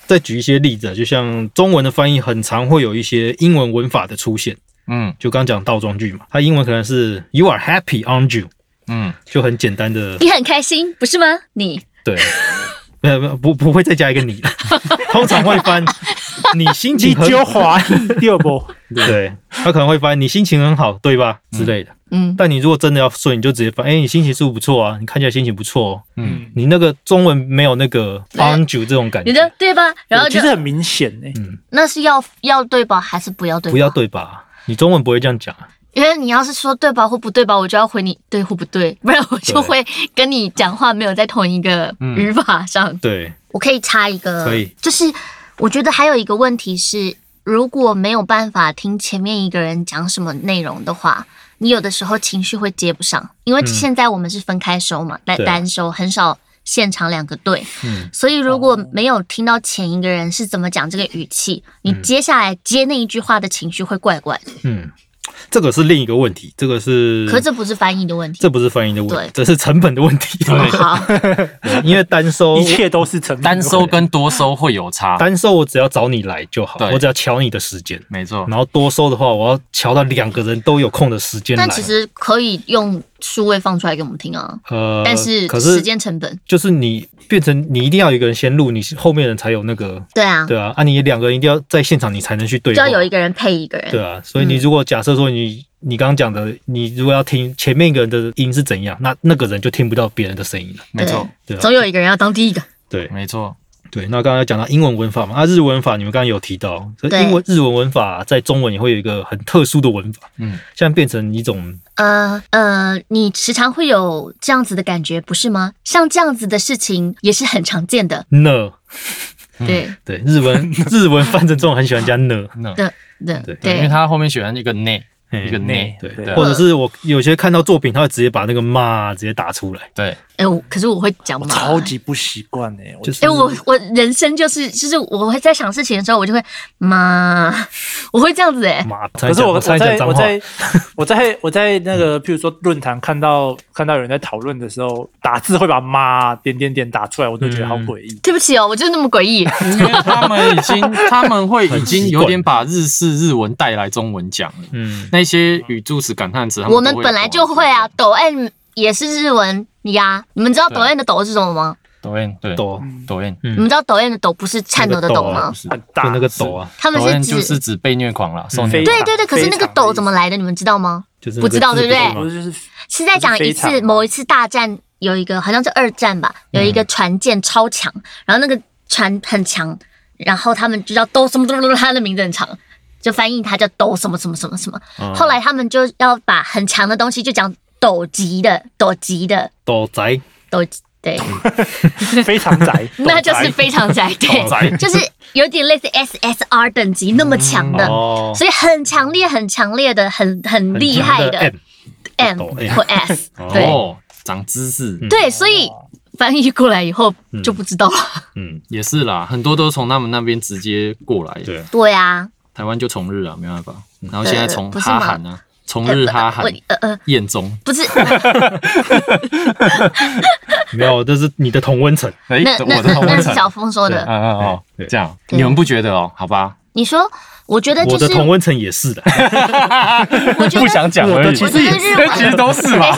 S2: 再举一些例子啊，就像中文的翻译很常会有一些英文文法的出现，
S3: 嗯
S2: 就刚讲倒装句嘛，它英文可能是 you are happy aren't you，
S3: 嗯，
S2: 就很简单的
S1: 你很开心不是吗？你
S2: 对， 没有没有不不会再加一个你，通常会翻你心情很
S4: 就华裔第二波，
S2: 对，他可能会翻你心情很好对吧之类的，
S6: 嗯
S2: 但你如果真的要顺，你就直接翻，哎、你心情是不是不错啊？你看起来心情不错、哦，
S3: 嗯，
S2: 你那个中文没有那个
S1: 没有
S2: aren't you 这种感
S1: 你
S2: 觉，
S1: 的对吧？ 然后
S4: 其
S1: 就
S4: 实很明显呢。
S1: 那是要要对吧，还是不要对吧？
S2: 不要，对吧？你中文不会这样讲啊，
S1: 因为你要是说对吧或不对吧，我就要回你对或不对，不然我就
S2: 对
S1: 会跟你讲话没有在同一个语法上。
S2: 对，
S1: 我可以插一个，
S2: 可以
S1: 就是我觉得还有一个问题是，如果没有办法听前面一个人讲什么内容的话，你有的时候情绪会接不上，因为现在我们是分开收嘛，单、
S2: 嗯对啊
S1: 单收很少。现场两个队，
S2: 嗯
S1: 所以如果没有听到前一个人是怎么讲这个语气，你接下来接那一句话的情绪会怪怪的。
S2: 嗯，这个是另一个问题，这个是
S1: 可是这不是翻译的问题。
S2: 这不是翻译的问题，这是成本的问题，
S1: 好，
S2: 对 因为单收
S4: 一切都是成本
S3: 单 收跟多收会有差，
S2: 单收我只要找你来就好，
S3: 对
S2: 我只要瞧你的时间。
S3: 没错，
S2: 然后多收的话，我要瞧到两个人都有空的时间来。
S1: 但其实可以用数位放出来给我们听啊，
S2: 呃，
S1: 但是
S2: 可
S1: 时
S2: 是
S1: 间成本。
S2: 就是你变成你一定要有一个人先录，你后面人才有那个
S1: 对啊，
S2: 对啊，啊你两个人一定要在现场，你才能去对
S1: 就
S2: 话。
S1: 要有一个人配一个人。
S2: 对啊，所以你如果假设说你你刚刚讲的，你如果要听前面一个人的音是怎样，那那个人就听不到别人的声音了。嗯
S3: 没错，
S2: 对啊
S6: 总有一个人要当第一个。
S2: 对
S3: 没错，
S2: 对，那刚才讲到英文文法嘛，啊日文法你们刚刚有提到，所以英文日文文法在中文也会有一个很特殊的文法，
S3: 嗯，
S2: 像变成一种
S1: 呃呃，你时常会有这样子的感觉，不是吗？像这样子的事情也是很常见的。
S2: 呢，
S1: 对
S2: 对日 文日文翻成中文很喜欢加呢，
S3: 那
S1: 对对
S2: 对
S3: 因
S1: 对，
S3: 为他后面喜欢一个内，
S2: 嘿
S3: 一个内，
S2: 对，
S4: 对
S2: 或者是我有些看到作品，他会直接把那个骂直接打出来，
S3: 对，
S1: 哎，我可是我会讲
S4: 我
S1: 嘛。
S4: 超级不习惯呢。我
S2: 就是
S1: 哎，我我人生就是就是我会在想事情的时候，我就会妈，我会这样子哎、
S2: 骂。可
S4: 可是我我
S2: 才
S4: 在
S2: 讲
S4: 我
S2: 脏话，
S4: 在我在我在那个，譬如说论坛看到看到有人在讨论的时候，打字会把妈点点点打出来，我都觉得好诡异。
S1: 对不起哦，我就是那么诡异。
S3: 因为他们已经 他们会已经
S2: 习
S3: 有
S2: 惯
S3: 点把日式日文带来中文讲了，
S2: 嗯，
S3: 那些语助词、感叹词，他
S1: 我
S3: 都
S1: 们
S3: 会
S1: 本来就会啊，抖 M 也是日文呀。你们知道抖音的抖是什么吗？
S3: 抖音对
S2: 抖
S3: 抖音，
S2: 嗯
S1: 你们知道抖音的抖不是颤抖的抖
S2: 那个抖啊
S1: 吗
S3: 不？是
S4: 很
S2: 就
S4: 大
S2: 那个抖啊，
S1: 他们
S3: 抖音就是是
S1: 指
S3: 指被虐狂了，受虐
S4: 非
S3: 狂
S1: 对对对，可是那个抖怎么来的？你们知道吗？
S2: 啊就是
S1: 不知道对不对
S4: 我就是
S1: 是在讲一
S4: 非
S1: 次
S4: 常
S1: 某一次大战，有一个好像是二战吧，有一个船舰超强，然后那个船很强，然后他们就叫都什么什么什么，他的名字很长，就翻译它叫都什么什么什么什么。后来他们就要把很强的东西就讲斗级的斗级的
S2: 抖 宅
S1: 斗级对，，
S4: 非常宅
S1: 那就是非常窄，
S2: 斗宅
S1: 对，就是有点类似 SSR 等级那么强的，
S2: 哦，
S1: 所以很强烈、很强烈的、很很厉害
S2: 很强的哎 M
S1: 的 M
S3: 哎
S2: 抖 M
S1: 或 S，对。
S3: 哦，长知识
S2: 嗯
S1: 对，所以
S3: 哦
S1: 翻译过来以后就不知道了。
S2: 嗯，
S3: 也是啦，很多都从他们那边直接过来，
S2: 对，
S1: 对呀、
S3: 台湾就从日啊，没办法，然后现在从
S1: 呃不是
S3: 哈
S1: 吗
S3: 韩啊，从
S1: 呃
S3: 日
S1: 不
S3: 哈韩哎
S1: 我呃呃，
S3: 燕中，
S1: 不是，
S2: 没有，这是你的同温层，
S3: 哎
S1: 那那那那是小峰说
S3: 嗯
S1: 的。
S3: 嗯嗯哦，
S2: 对
S3: 这样
S1: 对
S3: 你们不觉得哦？好吧，
S1: 你说，我觉得
S2: 我
S1: 就
S2: 的
S1: 是，
S2: 同温层也是的，
S1: 我觉得
S3: 不想讲而已，
S1: 我觉得日
S3: 其实
S1: 文。
S3: 都是嘛，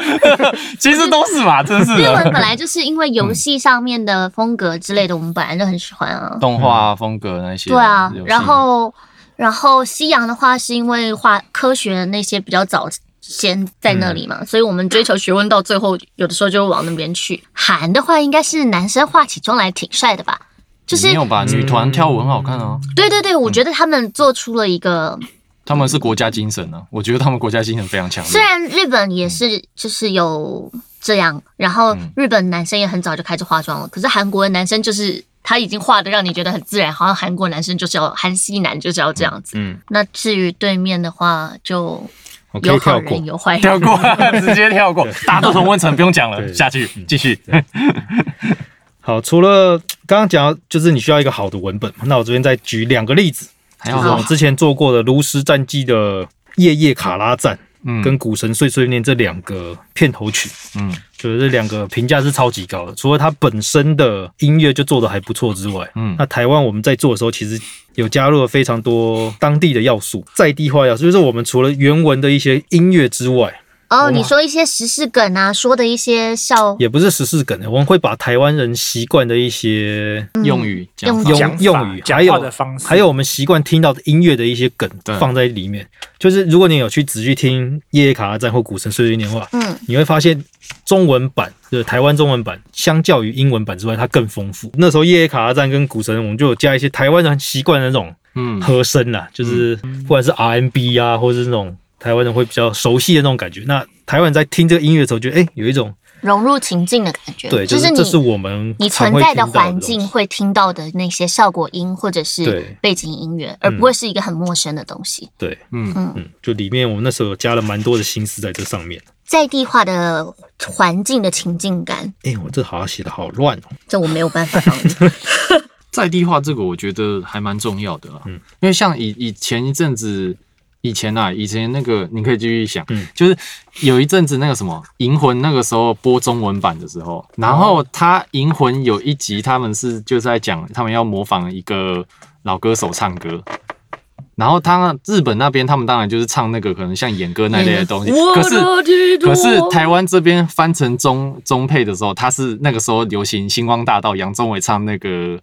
S3: 其实都是嘛，真 是
S1: 日文
S3: 的。
S1: 本来就是因
S3: 嗯
S1: 为游戏上面的风格之类的，我们本来就很喜欢啊。
S3: 动画风格那些，
S1: 对啊
S3: 游，戏
S1: 然后然后西洋的话是因为化科学那些比较早先在那
S3: 嗯
S1: 里嘛，所以我们追求学问到最后，有的时候就会往那边去。韩的话应该是男生化起妆来挺帅的吧，就是
S3: 没有吧？女团跳舞很好看哦，
S1: 对对对，我觉得他们做出了一个，
S3: 他们是国家精神啊，我觉得他们国家精神非常强烈。
S1: 虽然日本也是就是有这样，然后
S3: 嗯
S1: 日本男生也很早就开始化妆了，可是韩国的男生就是他已经化的让你觉得很自然，好像韩国男生就是要韩系男就是要这样子。
S2: 嗯，哦
S1: 那至于对面的话，就
S3: 我可以
S1: 有好
S3: 跳过
S1: 人有坏人。
S3: 跳过， 直接跳过，大豆同温层不用讲了，
S2: 对
S3: 下去继续。
S2: 好，除了刚刚讲到，就是你需要一个好的文本嘛，那我这边再举两个例子，
S3: 还
S2: 就是我
S3: 好
S2: 们，之前做过的《炉石战记》的夜夜卡拉赞
S3: 嗯
S2: 跟《股神碎碎念》这两个片头曲，
S3: 嗯
S2: 就是这两个评价是超级高的。除了它本身的音乐就做的还不错之外，
S3: 嗯
S2: 那台湾我们在做的时候，其实有加入了非常多当地的要素，在地化要素，就是我们除了原文的一些音乐之外，
S1: 哦，你说一些时事梗啊，说的一些笑
S2: 也不是时事梗，我们会把台湾人习惯的一些
S3: 用语讲
S1: 用
S3: 法
S2: 用
S4: 讲法
S2: 用语，
S4: 讲
S2: 还
S4: 话
S2: 有
S4: 的方式
S2: 还有我们习惯听到的音乐的一些梗
S3: 对
S2: 放在里面。就是如果你有去仔细听《夜夜卡拉赞》或《古城碎碎念》的话，
S1: 嗯，
S2: 你会发现中文版就是台湾中文版，相较于英文版之外，它更丰富。那时候《夜夜卡拉赞》跟《古城》，我们就有加一些台湾人习惯的那种
S3: 嗯
S2: 和声啦，就是不管是 RMB 啊，或者是那种台湾人会比较熟悉的那种感觉。那台湾人在听这个音乐的时候，觉得哎、诶有一种
S1: 融入情境的感觉，
S2: 对，
S1: 嗯就
S2: 就是是
S1: 你
S2: 这是我们
S1: 你
S2: 常
S1: 存
S2: 会
S1: 在
S2: 听到
S1: 的
S2: 的
S1: 环
S2: 东西
S1: 境会听到的那些效果音或者
S2: 对嗯
S1: 是背景音乐，而不会是一个很陌生的东西。
S2: 对，
S3: 嗯
S2: 嗯，就里面我们那时候有加了蛮多的心思在这上面。
S1: 在地化的环境的情境感，
S2: 哎、我这好像写的好乱哦。
S1: 这我没有办法帮你。
S3: 在地化这个，我觉得还蛮重要的啦。啊
S2: 嗯
S3: 因为像以以前一阵子，以前啊，以前那个你可以继续想，
S2: 嗯
S3: 就是有一阵子那个什么《银魂》那个时候播中文版的时候，然后他《银魂》有一集他们是就在讲他们要模仿一个老歌手唱歌。然后他日本那边，他们当然就是唱那个可能像演歌那类的东
S1: 嗯
S3: 西，可 是可是台湾这边翻成中中配的时候，他是那个时候流行星光大道，杨宗纬唱那个。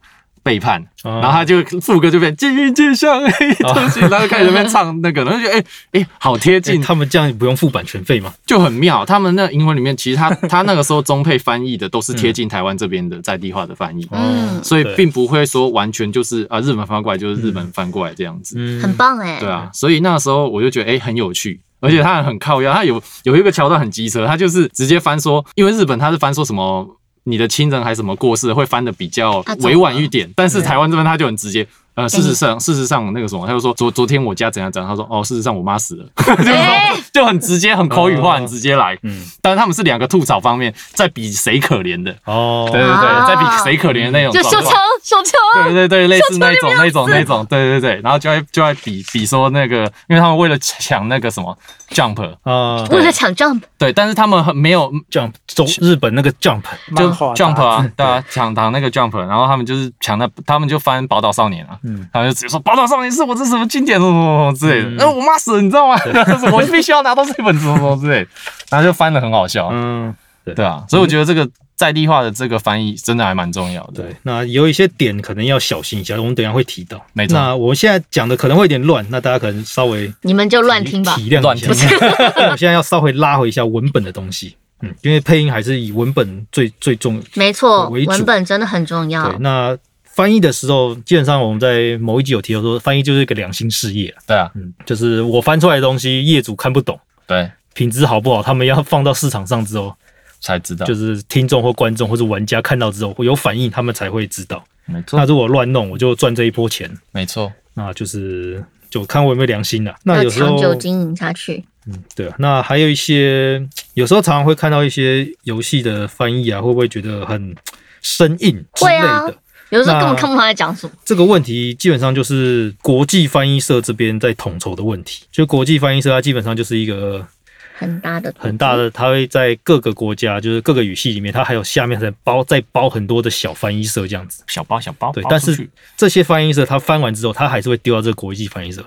S3: 背叛，
S2: 哦
S3: 然后他就副歌就变金玉见上黑 东西，然后开始在那边唱那个，然后就觉得哎哎，好贴
S2: 诶
S3: 近，
S2: 他们这样不用付版权费吗？
S3: 就很妙。他们那英文里面，其实他他那个时候中配翻译的都是贴近台湾这边的在地化的翻译，
S1: 嗯，
S3: 所以
S2: 哦对
S3: 并不会说完全就是啊日本翻过来就是日本翻过来这样子。
S2: 嗯
S1: 很棒哎、
S3: 对啊， 所以那时候我就觉得哎、诶很有趣，而且他很靠腰，他有有一个桥段很机车，他就是直接翻说，因为日本他是翻说什么你的亲人还是什么过世，会翻的比较
S1: 啊怎么
S3: 委婉一点，但是台湾这边他就很直接。呃，
S1: 嗯
S3: 事实上，事实上那个什么，他就说昨昨天我家怎样怎样，他说哦，事实上我 妈死了，就是
S1: 哎
S3: 说就很直接，很口语化，
S2: 哦
S3: 很直接来。
S2: 嗯
S3: 但是他们是两个吐槽方面在比谁可怜的，
S2: 哦，
S3: 对对对，
S1: 啊
S3: 在比谁可怜的那种
S1: 就
S2: 啊
S3: 状
S1: 手
S3: 况
S1: 抽。手抽，
S3: 对对对，类似那种那种那种，对对对，然后就会就会比比说那个，因为他们为了抢那个什么 jump，
S2: 啊
S1: 为了抢 jump，
S3: 对，但是他们很没有
S2: ，jump 中日本那个 jump，
S3: 就
S4: 漫画
S3: jump
S4: 杂
S3: 啊，对啊，抢抢那个 jump，然后他们就是抢那，他们就翻宝岛少年啊，
S2: 嗯
S3: 然后就直接说《宝岛少年是我这是什么经典什么什么什么之类的。呃然后我妈死了，你知道吗？然后 我必须要拿到这本什么什么之类的，然后就翻的很好笑，
S2: 嗯，
S3: 对啊。所以我觉得这个在地化的这个翻译真的还蛮重要的。
S2: 对，，那有一些点可能要小心一下，我们等一下会提到。
S3: 没错
S2: 那我现在讲的可能会有点乱，那大家可能稍微
S1: 你们就乱听吧。
S2: 体谅
S3: 乱
S2: 一
S3: 听
S2: 下。 我现在要稍微拉回一下文本的东西，嗯，因为配音还是以文本最最重
S1: 没错，
S2: 为主
S1: 文本真的很重要
S2: 对，。那翻译的时候，基本上我们在某一集有提到说，翻译就是一个良心事业啊，
S3: 对啊，
S2: 嗯，就是我翻出来的东西，业主看不懂，
S3: 对，
S2: 品质好不好，他们要放到市场上之后，
S3: 才知道，
S2: 就是听众或观众或者玩家看到之后会有反应，他们才会知道。
S3: 没错
S2: 那，如果乱弄，我就赚这一波钱，
S3: 没错，
S2: 那就是就看我有没有良心了、那
S1: 要
S2: 有时候
S1: 长久经营下去，
S2: 对啊，那还有一些，有时候常常会看到一些游戏的翻译啊，会不会觉得很生硬之类
S1: 会啊
S2: 的？
S1: 有的时候根本
S2: 那
S1: 看不懂他在讲什么。
S2: 这个问题基本上就是国际翻译社这边在统筹的问题。就国际翻译社，它基本上就是一个
S1: 很大的
S2: 很大的，它会在各个国家，就是各个语系里面，它还有下面再包再包很多的小翻译社这样子。
S3: 小包小包，
S2: 对
S3: 包，
S2: 但
S3: 出
S2: 是
S3: 去
S2: 这些翻译社它翻完之后，它还是会丢到这个国际翻译社。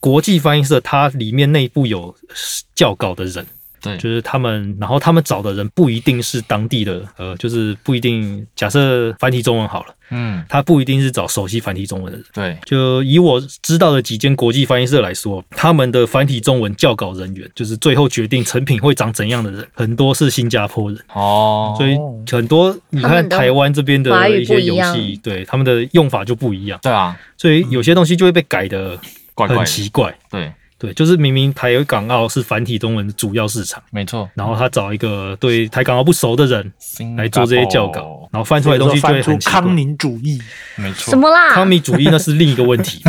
S2: 国际翻译社它里面内部有教稿的人，
S3: 对
S2: 就是他们，然后他们找的人不一定是当地的，呃，就是不一定。假设繁体中文好了，
S3: 嗯，
S2: 他不一定是找熟悉繁体中文的人。
S3: 对，
S2: 就以我知道的几间国际翻译社来说，他们的繁体中文校稿人员，就是最后决定成品会长怎样的人，很多是新加坡人。
S3: 哦，
S2: 所以很多你
S1: 他们
S2: 看
S1: 的
S2: 台湾这边
S1: 华
S2: 的
S1: 语
S2: 一些
S1: 不一
S2: 游
S1: 样
S2: 戏，对他们的用法就不一样，
S3: 对啊，
S2: 所以有些东西就会被改的
S3: 怪怪
S2: 很
S3: 的
S2: 奇怪。
S3: 对，
S2: 对，就是明明台港澳是繁体中文的主要市场，
S3: 没错，
S2: 然后他找一个对台港澳不熟的人
S3: 嗯
S2: 来做这些教稿，，然后翻出来的东西就
S4: 翻
S2: 会
S4: 出
S2: 很奇怪。
S4: 康宁主义，
S3: 没错，
S1: 什么啦？
S2: 康米主义那是另一个问 题。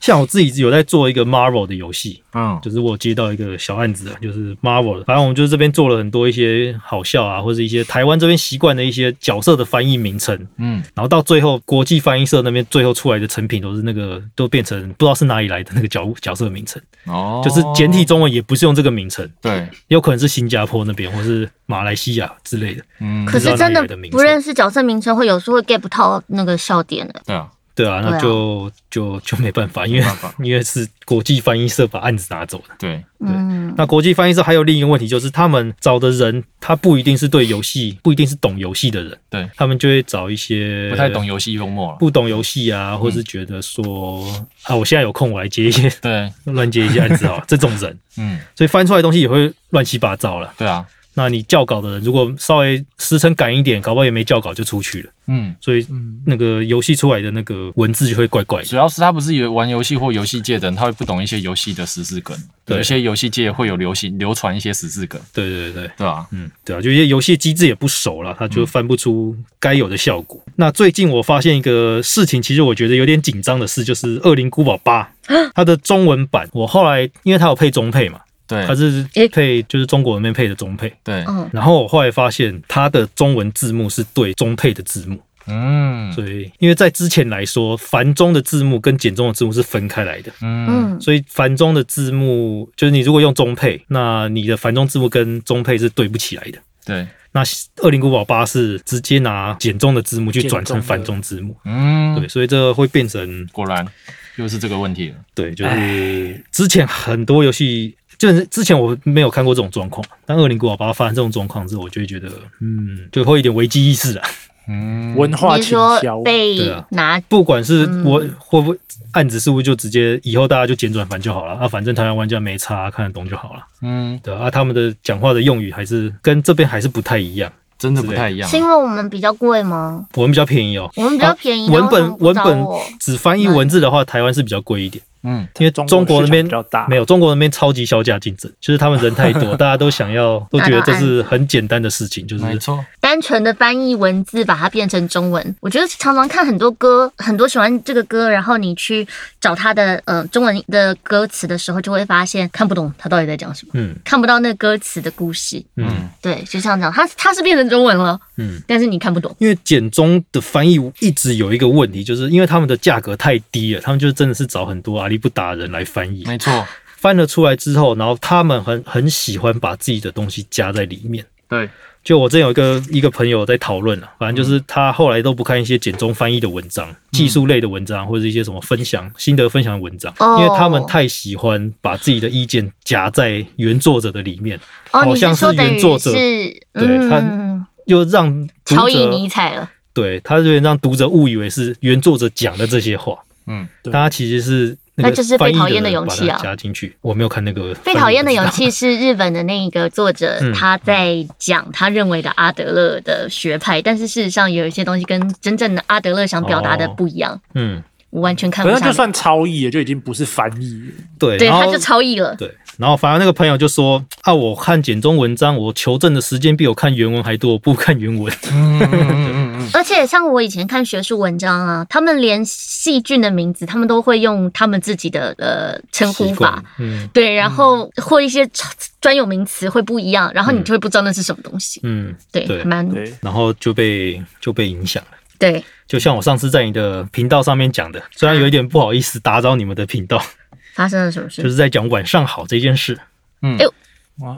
S2: 像我自己有在做一个 Marvel 的游戏，
S3: 嗯，
S2: 就是我接到一个小案子，就是 Marvel 的，反正我们就是这边做了很多一些好笑啊，或者一些台湾这边习惯的一些角色的翻译名称，
S3: 嗯，
S2: 然后到最后国际翻译社那边最后出来的成品都是那个都变成不知道是哪里来的那个角角色名称，
S3: 哦，
S2: 就是简体中文也不是用这个名称，
S3: 对，
S2: 有可能是新加坡那边或是马来西亚之类的。
S3: 嗯，
S1: 可是真
S2: 不知道哪里来
S1: 的
S2: 的名称
S1: 不认识角色名称，会有时候会 get 不到那个笑点的。
S3: 对啊，
S2: 对啊，
S1: 对
S2: 那
S1: 啊
S2: 就、就就没办法，因为
S3: 没办法
S2: 因为是国际翻译社把案子拿走的。
S3: 对，
S1: 嗯，
S2: 那国际翻译社还有另一个问题，就是他们找的人，他不一定是对游戏，不一定是懂游戏的人，
S3: 对，
S2: 他们就会找一些
S3: 不太懂、嗯游戏幽默了，
S2: 不懂游戏啊，或是觉得说、啊，我现在有空，我来接一些
S3: 对，
S2: 乱接一些案子啊，这种人，
S3: 嗯，
S2: 所以翻出来的东西也会乱七八糟了。
S3: 对啊，
S2: 那你校稿的人，如果稍微时辰赶一点，搞不好也没校稿就出去了，
S3: 嗯，
S2: 所以那个游戏出来的那个文字就会怪怪的。
S3: 主要是他不是有玩游戏或游戏界的人，他会不懂一些游戏的时事梗，
S2: 对
S3: 有一些游戏界会有流行流传一些时事梗，
S2: 对对对。
S3: 对啊，
S2: 嗯，对啊，就一些游戏机制也不熟了，它就翻不出该有的效果。那最近我发现一个事情，其实我觉得有点紧张的事，就是《恶灵古堡八》它的中文版，我后来因为它有配中配嘛，
S3: 对
S2: 它，是
S1: 诶
S2: 配就是中国那边配的中配，
S3: 对，
S1: 嗯，
S2: 然后我后来发现它的中文字幕是对中配的字幕，
S3: 嗯，
S2: 所以因为在之前来说，繁中的字幕跟简中的字幕是分开来的。
S3: 嗯，
S1: 嗯，
S2: 所以繁中的字幕就是你如果用中配，那你的繁中字幕跟中配是对不起来的。
S3: 对，
S2: 那《恶灵古堡八》是直接拿简中的字幕去转成繁中字幕，
S3: 嗯
S2: 对，，所以这会变成
S3: 果然又是这个问题了，
S2: 对，就是之前很多游戏，就是之前我没有看过这种状况，但《恶灵古堡八》发生这种状况之后，我就会觉得，嗯，就会有点危机意识啊。
S3: 嗯，
S4: 文化
S1: 你
S4: 倾
S1: 说
S4: 销，
S1: 被
S2: 对啊
S1: 拿
S2: 不管是
S1: 嗯
S2: 我会不会案子是不是就直接以后大家就简转繁就好了啊，反正台湾玩家没差，看得懂就好了。
S3: 嗯，
S2: 对啊，他们的讲话的用语还是跟这边还是不太一样，啊
S3: 真的不太一样
S1: 是，因为我们比较贵吗？
S2: 我们比较便宜哦。
S1: 我们比较便宜，
S2: 文
S1: 那为什么
S2: 本
S1: 不
S2: 文
S1: 找
S2: 本
S1: 我
S2: 只翻译文字的话，台湾是比较贵一点。
S3: 嗯，
S2: 因为中国那
S4: 市场
S2: 边
S4: 比较大，
S2: 没有中国那边超级削价竞争，就是他们人太 多，大家都想要都觉得这是很简单的事情，就是
S3: 没错，
S1: 单纯的翻译文字，把它变成中文。我觉得常常看很多歌，很多喜欢这个歌，然后你去找它的呃中文的歌词的时候，就会发现看不懂它到底在讲什么，
S2: 嗯
S1: 看不到那歌词的故事。
S2: 嗯
S1: 对，就像这样，它它是变成中文了，
S2: 嗯。
S1: 但是你看不懂。
S2: 因为简中的翻译一直有一个问题，就是因为他们的价格太低了，他们就真的是找很多阿里不达人来翻译，
S3: 没错，
S2: 翻了出来之后，然后他们很很喜欢把自己的东西加在里面，
S3: 对，
S2: 就我之前有一个一个朋友在讨论了，反正就是他后来都不看一些简中翻译的文章，技术类的文章或者一些什么分享心得分享的文章，
S1: 哦
S2: 因为他们太喜欢把自己的意见夹在原作者的里面，
S1: 哦，
S2: 好
S1: 你
S2: 像
S1: 是说等
S2: 原
S1: 于
S2: 作者
S1: 是
S2: 对他
S1: 嗯，
S2: 又让读
S1: 超以尼
S2: 者
S1: 采了，
S2: 对他有点让读者误以为是原作者讲的这些话，
S3: 嗯，
S4: 对
S2: 但他其实是
S1: 那就是被讨厌的
S2: 的
S1: 勇气啊
S2: 加进去，我没有看那个
S1: 被讨厌的勇气是日本的那个作者
S2: 嗯
S1: 他在讲他认为的阿德勒的学派，但是事实上有一些东西跟真正的阿德勒想表达的
S2: 哦
S1: 不一样，
S2: 嗯，
S1: 我完全看
S4: 可
S1: 不
S4: 是就
S1: 上。
S4: 算超译了，就已经不是翻译了。
S2: 对，
S1: 对，
S2: 然
S1: 他
S2: 后
S1: 就超译了。
S2: 对，然后反而那个朋友就说啊，我看简中文章，我求证的时间比我看原文还多，我不如看 原文。嗯
S1: 而且像我以前看学术文章啊，他们连细菌的名字，他们都会用他们自己的呃称呼
S2: 习
S1: 法
S2: 惯，，嗯
S1: 对，然后或一些专有名词会不一样，然后你就会不知道那是什么东西。
S2: 嗯，
S1: 对，
S2: 对
S1: 蛮
S4: 对，
S2: 然后就被就被影响了。
S1: 对，
S2: 就像我上次在你的频道上面讲的，虽然有一点不好意思打扰你们的频道，
S1: 发生了什么
S2: 就
S1: 事？
S2: 是在讲晚上好这件事。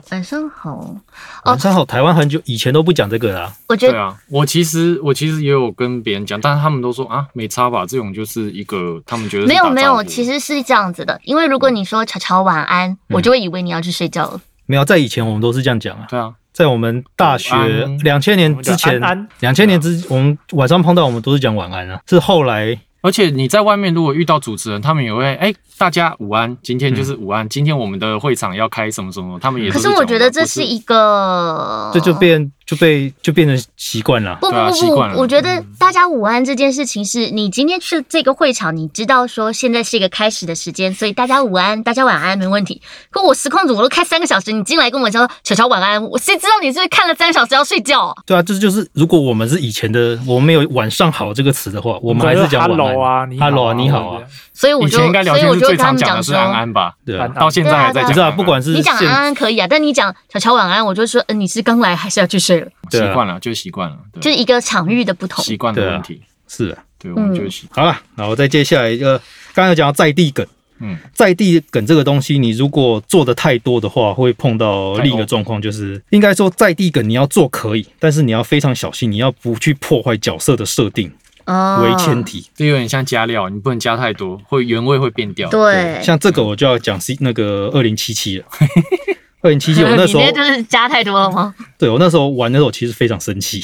S1: 晚上好，哦
S2: 晚上好，台湾很久以前都不讲这个啦。
S1: 我觉
S3: 对
S1: 得
S3: 啊，我其实我其实也有跟别人讲，但是他们都说啊，没差吧，这种就是一个他们觉得是
S1: 没有
S3: 打招呼嗯
S1: 没有，其实是这样子的，因为如果你说悄悄晚安，我就会以为你要去睡觉了。
S2: 没有，在以前我们都是这样讲啊，
S3: 对啊，
S2: 在我们大学
S3: 安
S2: 两千年之前
S4: 我们讲安，
S2: 两千年之我们晚上碰到我们都是讲晚安啊，是后来
S3: 而且你在外面如果遇到主持人，他们也会哎、大家午安，今天
S2: 嗯
S3: 就是午安，今天我们的会场要开什么什么，他们也都
S1: 可
S3: 是
S1: 是
S3: 讲
S1: 我觉得这
S3: 不
S1: 是一个，
S2: 这就变就被就变成习惯了。
S1: 不不
S3: 对啊习
S1: 不
S3: 惯
S1: 不，
S3: 了
S1: 我觉得大家午安这件事情是，你今天去这个会场，你知道说现在是一个开始的时间，所以大家午安，大家晚安没问题。可我实况组我都开三个小时，你进来跟我说悄悄晚安，我谁知道你是不是看了三个小时要睡觉啊、
S2: 对啊，这就是如果我们是以前的，我们没有“晚上好”这个词的话，我们还是讲晚
S4: hello
S2: 安
S4: 啊，你好
S2: hello 啊，你好
S4: 或
S2: 啊
S4: 者，
S1: 所以我
S3: 以
S1: 就，
S3: 前应该聊
S1: 所以
S3: 天
S1: 我
S3: 是
S1: 就
S3: 最
S1: 跟他
S3: 常
S1: 们
S3: 讲
S1: 讲
S3: 的是
S1: 说，
S3: 安安吧，
S2: 对
S4: 晚
S2: 啊
S4: 安，
S3: 到现在还在
S1: 对啊对
S2: 不
S3: 讲
S2: 是啊，不管是
S1: 你讲
S2: 现
S1: 安安可以啊，但你讲悄悄晚安，我就说，嗯、你是刚来还是要去睡了？
S3: 习
S2: 对啊
S3: 惯了就习惯了，对
S1: 就是一个场域的不同。
S3: 习惯的问题，
S2: 是啊，
S3: 对，我
S1: 嗯
S3: 们就习
S2: 好了，然后再接下来一个，刚刚有讲到在地梗，
S3: 嗯，
S2: 在地梗这个东西，你如果做的太多的话，会碰到另一个状况，就是应该说在地梗你要做可以，但是你要非常小心，你要不去破坏角色的设定
S1: 啊
S2: 为前提。
S3: 这有点像加料，你不能加太多，会原味会变掉。
S1: 对，
S2: 像这个我就要讲 C 那个二零七七了，二零七七我那时 候
S1: 你那就是加太多了 吗？
S2: 对我那时候玩的时候，其实非常生 气，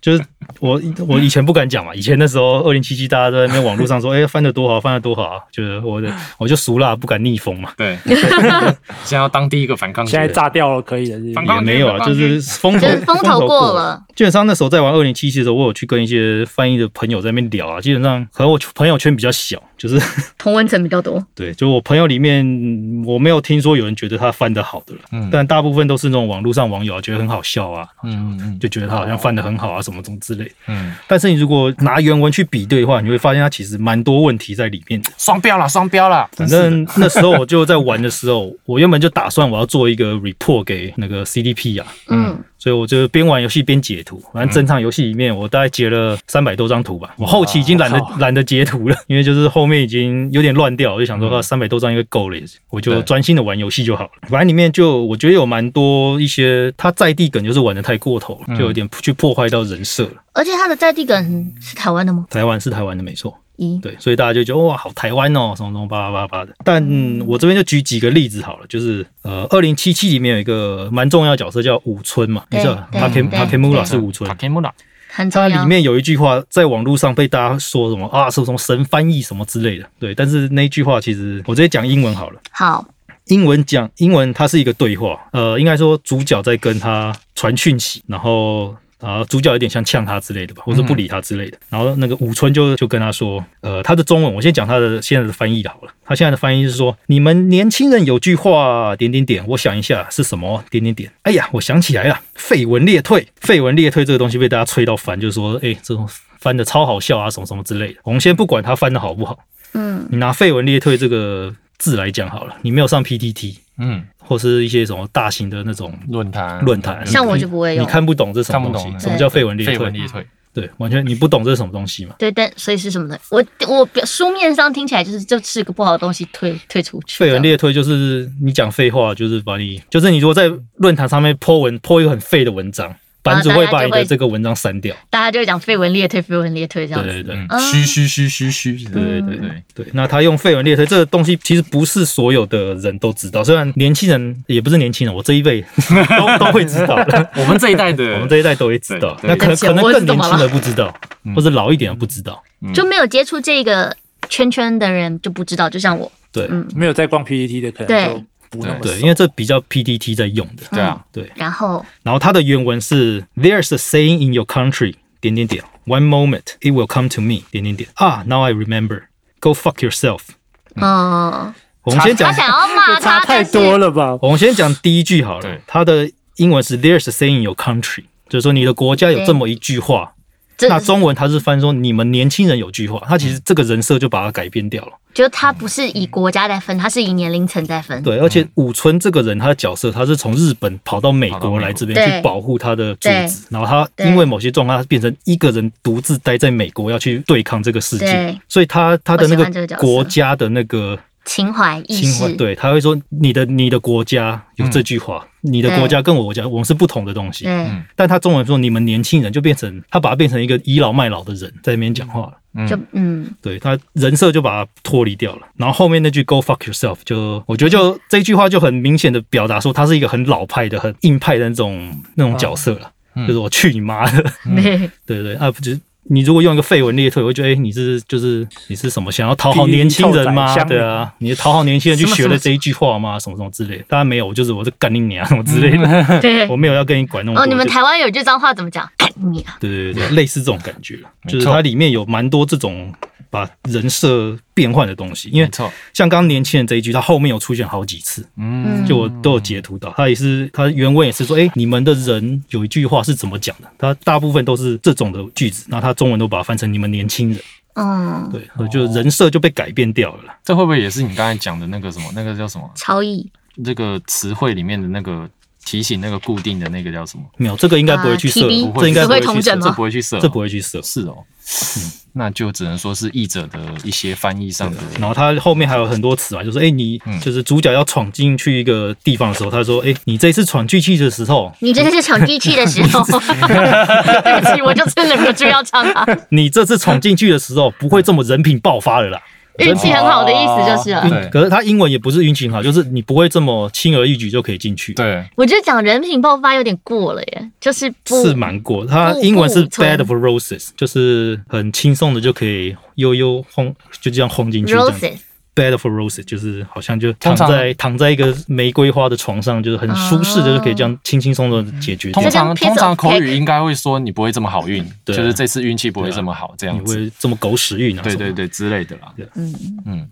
S2: 就是我我以前不敢讲嘛，以前那时候二零七七大家都在那边网络上说，哎、翻得多好，翻得多好啊，就是我的我就俗辣，不敢逆风嘛，
S3: 对，现在要当第一个反抗
S4: 现在
S3: 者，
S4: 炸掉了可以了，是不
S3: 反
S4: 是
S3: 抗
S2: 也没有啊，就是风头
S1: 就是风头过了。
S2: 基本上那时候在玩二零七七的时候，我有去跟一些翻译的朋友在那边聊啊，基本上可能我朋友圈比较小，就是
S6: 同温层比较多。
S2: 对，就我朋友里面，嗯我没有听说有人觉得他翻得好的了，
S3: 嗯
S2: 但大部分都是那种网络上网友啊，觉得很好笑啊，
S3: 嗯嗯
S2: 就觉得他好像翻得很好啊，什么什么之类的。
S3: 嗯，
S2: 但是你如果拿原文去比对的话，你会发现它其实蛮多问题在里面的。
S3: 双标啦，双标啦，
S2: 反正那时候我就在玩的时候，我原本就打算我要做一个 report 给那个 CDP 啊，
S1: 嗯，
S2: 所以我就边玩游戏边截图。反正整场游戏里面，我大概截了三百多张图吧。我后期已经懒得懒得截图了， 因为就是后面已经有点乱掉，我就想说啊三百多张应该够了，我就
S3: 对
S2: 专心的玩游戏就好了。反正里面就我觉得有蛮多一些他在地梗，就是玩的太过头了，就有点去破坏到人设了。
S1: 而且他的在地梗是台湾的吗？
S2: 台湾是台湾的没错，
S1: 咦，
S2: 对，所以大家就觉得哇，好台湾哦，什么什么巴拉巴拉巴拉的。但我这边就举几个例子好了，就是呃，二零七七里面有一个蛮重要的角色叫武村嘛，你知道
S1: 对
S2: t a k
S1: 对
S2: t a k m u r a
S1: 对
S2: 是武村
S3: 塔，克木拉，
S1: 很重
S2: 它
S1: 要。
S2: 里面有一句话在网络上被大家说什么啊，什么什么神翻译什么之类的，对，但是那句话其实我直接讲英文好了。
S1: 好，
S2: 英文讲英文，它是一个对话，呃，应该说主角在跟他传讯息，然后啊、主角有点像呛他之类的吧，或是不理他之类的。然后那个武村就就跟他说，呃，他的中文我先讲他的现在的翻译好了，他现在的翻译是说，你们年轻人有句话点点点，我想一下是什么点点点，哎呀，我想起来了，绯闻裂退，绯闻裂退这个东西被大家吹到烦，就是说，哎，这种翻的超好笑啊，什么什么之类的。我们先不管他翻的好不好，
S1: 嗯，
S2: 你拿绯闻裂退这个字来讲好了，你没有上 PTT
S3: 嗯，
S2: 或是一些什么大型的那种
S3: 论坛
S2: 论坛，
S1: 像我就不会
S2: 你
S1: 用
S2: 看不懂这什么东
S3: 看不
S2: 西，
S3: 懂
S2: 什么叫绯闻裂
S3: 绯
S2: 退
S3: 闻？裂退，
S2: 对，完全你不懂这是什么东西嘛？
S1: 对，但所以是什么呢？我我表书面上听起来就是这是个不好的东西，退退出去。
S3: 啊
S2: 废文列推就是你讲废话，就是把你，就是你如果在论坛上面 po 文 po 一个很废的文章，版主会把你的这个文章删掉。
S1: 大家就会讲废文列推，废文列推这样子。
S2: 对对对。
S3: 嗯，虚虚虚虚虚，对对对对。
S2: 对，那他用废文列推这个东西，其实不是所有的人都知道，虽然年轻人也不是年轻人，我这一辈都 都会知道 的，
S3: 我们这一代 的，
S2: 我们这一代都会知道。
S3: 对嗯
S2: 那可能
S6: 对
S2: 可能
S6: 我也
S2: 更
S6: 是懂
S2: 年
S6: 了
S2: 轻的不知道，或者老一点的不知道。
S1: 就没有接触这个圈圈的人就不知道，就像我，
S2: 对
S1: 嗯
S4: 没有在逛 PPT 的可能
S1: 对
S4: 就不那么
S2: 对，
S4: 熟
S2: 因为这比较 PDT 在用的。
S3: 对啊，
S2: 对，
S1: 然后
S2: 然后它的原文是 There's a saying in your country 点点点 One moment it will come to me 点点点啊 Now I remember Go fuck yourself。
S1: 嗯，
S2: 我们先
S1: 他
S2: 讲，
S1: 想要骂
S4: 差
S1: 他，
S4: 太
S1: 但是
S4: 多了吧？
S2: 我们先讲第一句好了
S3: 对。
S2: 它的英文是 There's a saying in your country，就是说你的国家有这么一句话。
S1: 这
S2: 那中文它是翻说你们年轻人有句话，它其实这个人设就把它改变掉了。
S1: 就他不是以国家在分，他是以年龄层在分。
S2: 对，而且武村这个人，他的角色他是从日本嗯跑到美国来这边
S1: 对
S2: 去保护他的主
S1: 对
S2: 子，然后他
S1: 对
S2: 因为某些状况，他变成一个人独自待在美国，要去对抗这个世界
S1: 对，
S2: 所以他他的那
S1: 我喜欢这个
S2: 个
S1: 角色
S2: 国家的那个
S1: 情怀意
S2: 情怀，
S1: 识，
S2: 对，他会说你的你的国家有这句话，你的国家跟我国家我们是不同的东西，
S1: 嗯对，
S2: 但他中文说你们年轻人就变成他把他变成一个倚老卖老的人在那边讲话了。
S1: 就嗯，
S2: 对他人设就把它脱离掉了。然后后面那句 “Go fuck yourself” 就我觉得就这句话就很明显的表达说他是一个很老派的、很硬派的那种那种角色了，就是我去你妈的，
S1: 对，
S2: 对对啊，不就是你如果用一个废文列推，我会觉得哎、你是就是你是什么想要讨好年轻人
S4: 屁屁臭
S2: 吗
S4: 仔？香
S2: 对啊，你讨好年轻人去学了这一句话吗？什么什么之类的，当然没有，我就是我是干你娘什么之类的，
S1: 对
S2: 我没有要跟你管那么多。
S1: 哦，你们
S2: 就
S1: 台湾有句脏话怎么讲？干你啊！
S2: 对对对，对类似这种感觉，就
S3: 错
S2: 是它里面有蛮多这种把人设变换的东西，因为
S3: 没错
S2: 像刚刚年轻人这一句，它后面有出现好几次，
S3: 嗯
S2: 就我都有截图到，它也是它原文也是说，哎，你们的人有一句话是怎么讲的？它大部分都是这种的句子，那它中文都把它翻成你们年轻人，
S1: 嗯，
S2: 对，
S3: 哦
S2: 就人设就被改变掉了啦。
S3: 这会不会也是你刚才讲的那个什么，那个叫什么？
S1: 超意
S3: 这个词汇里面的那个提醒那个固定的那个叫什么？
S2: 没有，这个应该不会去设
S1: 啊，TB
S2: 这
S3: 不会，
S2: 应该
S3: 这
S2: 不
S3: 不
S1: 会
S3: 会
S1: 同
S3: 去
S1: 整吗
S3: 设，这不会去设，
S2: 这不会去设。
S3: 是哦。那就只能说是译者的一些翻译上的，
S2: 然后他后面还有很多词嘛，就是哎、诶你
S3: 嗯
S2: 就是主角要闯进去一个地方的时候，他说哎、诶你这次闯进去的时候，
S1: 你这是抢机器的时 候，对不起，我就是忍不住要唱 啊，
S2: 你这次闯进去的时候不会这么人品爆发了啦。
S1: 运气很好的意思就是 了。
S3: 对
S2: 可是他英文也不是运气很好，就是你不会这么轻而易举就可以进去。，
S3: 对，
S1: 我觉得讲人品爆发有点过了耶，就是不
S2: 是蛮过。他英文是
S1: 不不存
S2: bed of roses，就是很轻松的就可以悠悠轰，就这样轰进去这样子。
S1: roses，
S2: bed of roses 就是好像就躺
S3: 通常
S2: 在躺在一个玫瑰花的床上，就是很舒适的，
S1: 哦
S2: 就可以这样轻轻松松的解决掉。
S3: 通常
S1: 这跟 piece
S3: 通
S1: of
S3: 常口
S1: cake
S3: 语应该会说你不会这么好运，就
S2: 对啊
S3: 是这次运气不会这么好这
S1: 啊
S2: 你
S3: 样子，
S2: 会这么狗屎运啊？
S3: 对对对之类的啦。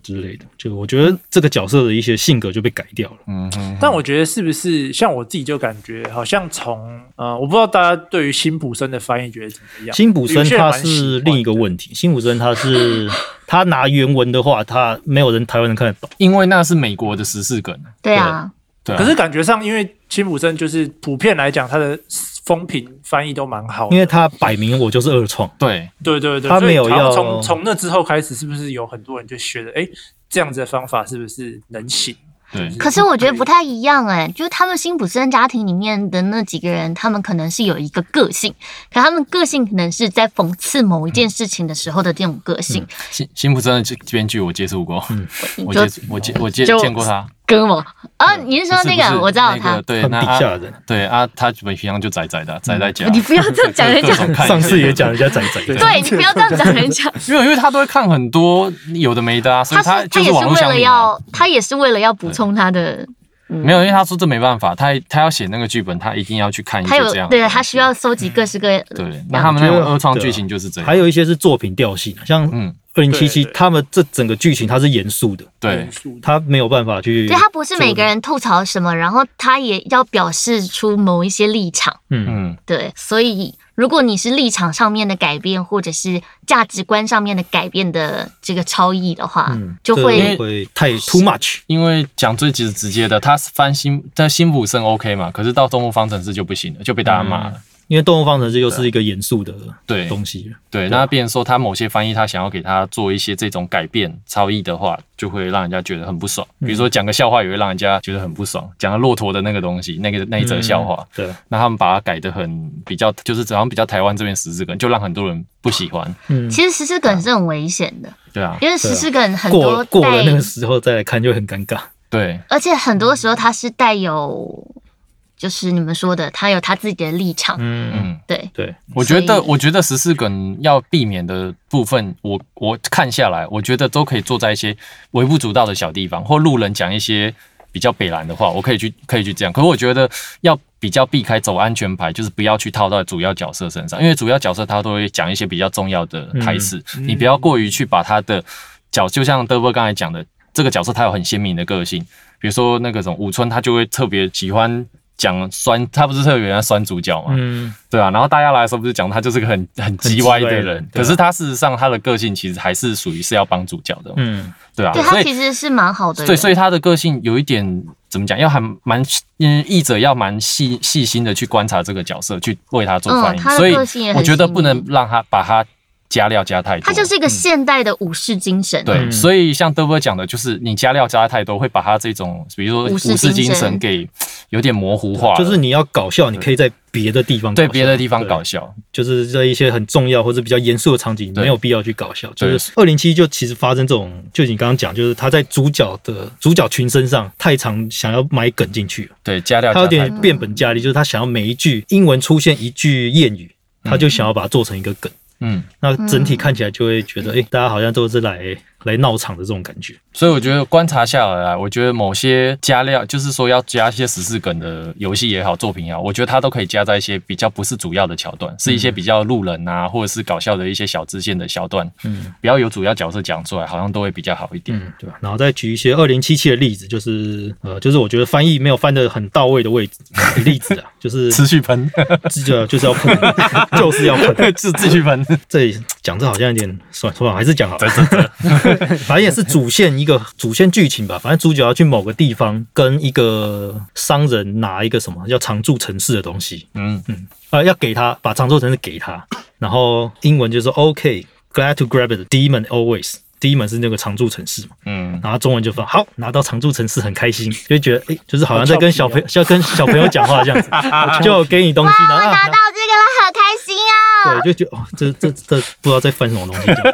S2: 之类的，就我觉得这个角色的一些性格就被改掉了。
S3: 嗯哼，
S4: 但我觉得是不是像我自己就感觉，好像从呃，我不知道大家对于辛普森的翻译觉得怎么样。
S2: 辛普森
S4: 有些人
S2: 他
S4: 蛮喜
S2: 是
S4: 欢
S2: 另一个问题，辛普森他是他拿原文的话，他没有人台湾人看得懂。
S3: 因为那是美国的十四梗，
S1: 对啊，
S3: 对啊，
S4: 可是感觉上，因为辛普森就是普遍来讲，他的风评翻译都蛮好的，
S2: 因为他摆明我就是二创，
S3: 对
S4: 对对对，
S2: 他没有
S4: 所以好像
S2: 要
S4: 从从那之后开始，是不是有很多人就学的？哎，这样子的方法是不是能行？
S3: 对
S1: 可是我觉得不太一样哎、就是他们辛普森家庭里面的那几个人，他们可能是有一个个性，可他们个性可能是在讽刺某一件事情的时候的这种个性，
S3: 辛辛普森的编剧我接触过，嗯
S2: 嗯
S3: 我
S1: 就
S3: 接触我接我接
S1: 就
S3: 见过他。
S1: 哥嘛啊，你是说
S3: 不
S1: 那
S3: 是不
S1: 个？
S3: 是
S1: 我知道
S3: 那
S1: 他
S3: 个，对，
S2: 他
S3: 那
S2: 底
S3: 啊
S2: 下嗯人。
S3: 对啊，他平常就宅宅的，啊宅在家。
S6: 你不要这样讲人
S3: 各
S6: 家，
S3: 种看一些
S2: 上次也讲，人家仔仔 的，
S1: 对你不要这样 讲人家，
S3: 因为因为他都会看很多有的没的啊，所以
S1: 他是他
S3: 就
S1: 也
S3: 网
S1: 是
S3: 络
S1: 为
S3: 上啊
S1: 了要他也是为了要补充他的，
S2: 嗯
S3: 没有，因为他说这没办法，他他要写那个剧本，他一定要去看一
S1: 他
S3: 些
S1: 有
S3: 这样的。
S1: 对他需要搜集各式各样，
S3: 对，那他们那种二
S2: 啊
S3: 创剧情就是这
S2: 还
S3: 样。
S2: 有一些是作品调性，啊像
S3: 嗯，
S2: 二零七七
S4: 对，对
S2: 他们这整个剧情它是严肃的，
S3: 对，
S2: 他没有办法去
S1: 对，他不是每个人吐槽什么，然后他也要表示出某一些立场。
S2: 嗯，
S3: 嗯，
S1: 对，所以如果你是立场上面的改变，或者是价值观上面的改变的这个超意的话，
S2: 嗯
S1: 就
S2: 这
S1: 会
S2: 个会太 too much，
S3: 因为讲最直直接的，他翻新在辛普森 OK 嘛，可是到动物方程式就不行了，就被大家骂了。
S2: 因因为动物方程式又是一个严肃的
S3: 啊对
S2: 东西了。
S3: 对，那变成说他某些翻译，他想要给他做一些这种改变超译的话，就会让人家觉得很不爽。比如说讲个笑话，也会让人家觉得很不爽。讲个骆驼的那个东西，那个那一则笑话，
S2: 对啊，
S3: 那他们把它改的很比较，就是好像比较台湾这边十字梗，就让很多人不喜欢。
S2: 嗯，
S1: 其实十四梗是很危险的，
S3: 对啊，
S1: 因为十四梗很
S2: 过
S1: 多
S2: 了过了
S1: 带
S2: 那，个时候再来看就很尴尬。
S3: 对
S1: 而且很多时候它是带有，就是你们说的，它有它自己的立场。
S2: 嗯，
S3: 嗯，
S1: 对，
S2: 对，
S3: 我觉
S1: 所以
S3: 得我觉得十四梗要避免的部分，我我看下来，我觉得都可以做在一些微不足道的小地方，或路人讲一些比较北蓝的话，我可以去可以去这样。可是我觉得要比较避开走安全牌，就是不要去套到主要角色身上，因为主要角色他都会讲一些比较重要的台词，你不要过于去把他的角，就像德波刚才讲的，这个角色他有很鲜明的个性，比如说那个什么武村，他就会特别喜欢。讲酸，他不是特别喜欢酸主角嘛？
S2: 嗯，
S3: 对啊，然后大家来的时候不是讲他就是个很很叽歪
S2: 很叽
S3: 的
S2: 歪的
S3: 人，
S2: 对啊
S3: 可是他事实上他的个性其实还是属于是要帮主角的，
S2: 嗯，
S3: 对啊，
S1: 对
S3: 所
S1: 它
S3: 以
S1: 其实是蛮好的人。
S3: 对，所以他的个性有一点怎么讲，要还蛮嗯，译者要蛮细细心的去观察这个角色，去为他做翻
S1: 嗯
S3: 译，
S1: 他的
S3: 所以
S1: 个性也很
S3: 我觉得
S1: 细腻
S3: 不能让他把他加料加太多，
S1: 它就是一个现代的武士精神。
S3: 对，
S2: 嗯
S3: 所以像德波讲的，就是你加料加太多，会把他这种比如说
S1: 武士精
S3: 武士精神
S1: 神
S3: 给有点模糊化了，
S2: 就是你要搞笑，你可以在别的地方搞
S3: 对
S2: 笑
S3: 别的地方搞，笑，
S2: 对就是在一些很重要或者比较严肃的场景，
S3: 对
S2: 没有必要去搞笑。
S3: 对
S2: 就是二零七就其实发生这种，就你刚刚讲，就是他在主角的主角群身上太常想要埋梗进去了。
S3: 对加料
S2: 他
S3: 加嗯
S2: 有
S3: 太多
S2: 点，变本加厉，就是他想要每一句英文出现一句谚语，他就想要把它做成一个梗。
S3: 嗯。
S2: 那整体看起来就会觉得，哎、大家好像都是来来闹场的这种感觉。
S3: 所以我觉得观察下来啊，我觉得某些加料，就是说要加一些十四梗的游戏也好，作品也好，我觉得它都可以加在一些比较不是主要的桥段，是一些比较路人啊，或者是搞笑的一些小支线的桥段，
S2: 嗯
S3: 嗯，不要有主要角色讲出来，好像都会比较好一点。
S2: 嗯，对吧？然后再举一些二零七七的例子，就是呃，就是我觉得翻译没有翻的很到位的 位置例子啊，就是
S3: 持续 喷，
S2: 就就是要喷， 就是要喷。
S3: 是继续 喷，
S2: 啊 这里讲这好像有点算算了，还是讲好了。 反正也是主线一个主线剧情吧，反正主角要去某个地方跟一个商人拿一个什么叫常驻城市的东西，
S3: 嗯，
S2: 呃，要给他把常驻城市给他，然后英文就说 OK glad to grab it demon always。demon 是那个常驻城市嘛，
S3: 嗯，
S2: 然后中文就说好拿到常驻城市很开心，就觉得哎、诶就是好像在跟小朋友，要跟小朋友讲话这 样子，就给你东西，然后、啊、
S1: 拿到这个了，好开心啊！
S2: 对，就觉得哦，这这这不知道在翻什么东西这样。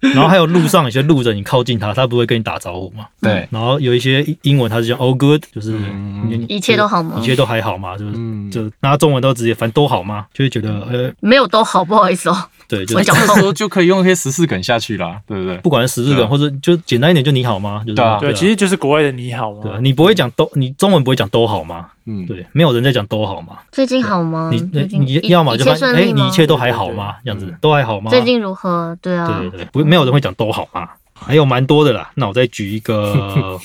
S2: 然后还有路上有些路人，你靠近他，他不会跟你打招呼嘛？
S3: 对，
S2: 然后有一些英文，他是讲 “all good”，就是
S3: 嗯
S2: 你你
S1: 一切都好吗
S2: 一切都还好嘛，就是
S3: 嗯
S2: 就那中文都直接翻都好吗？就会觉得呃，
S1: 没有都好，不好意思哦。
S2: 对，就
S1: 我
S2: 是
S1: 讲
S3: 这
S1: 错
S3: 时候就可以用一些十四梗下去啦，对不对？
S2: 不管是十字
S3: 对
S2: 梗，
S3: 啊
S2: 或者就简单一点，就你好吗？就是
S3: 对啊
S4: 对，其实就是国外的你好
S2: 对啊
S4: 嘛，
S2: 你不会讲都，你中文不会讲都好吗？
S3: 嗯，
S2: 对，没有人在讲都好吗？
S1: 最近好吗？
S2: 你
S1: 最近
S2: 你
S1: 一
S2: 要么
S1: 一
S2: 就
S1: 切
S2: 翻
S1: 顺
S2: 哎，
S1: 利
S2: 你
S1: 吗
S2: 一？切都还好吗？这样子都还好吗？
S1: 最近如何？对啊
S2: 对，对对，不，没有人会讲都好嘛，还有蛮多的啦。那我再举一个，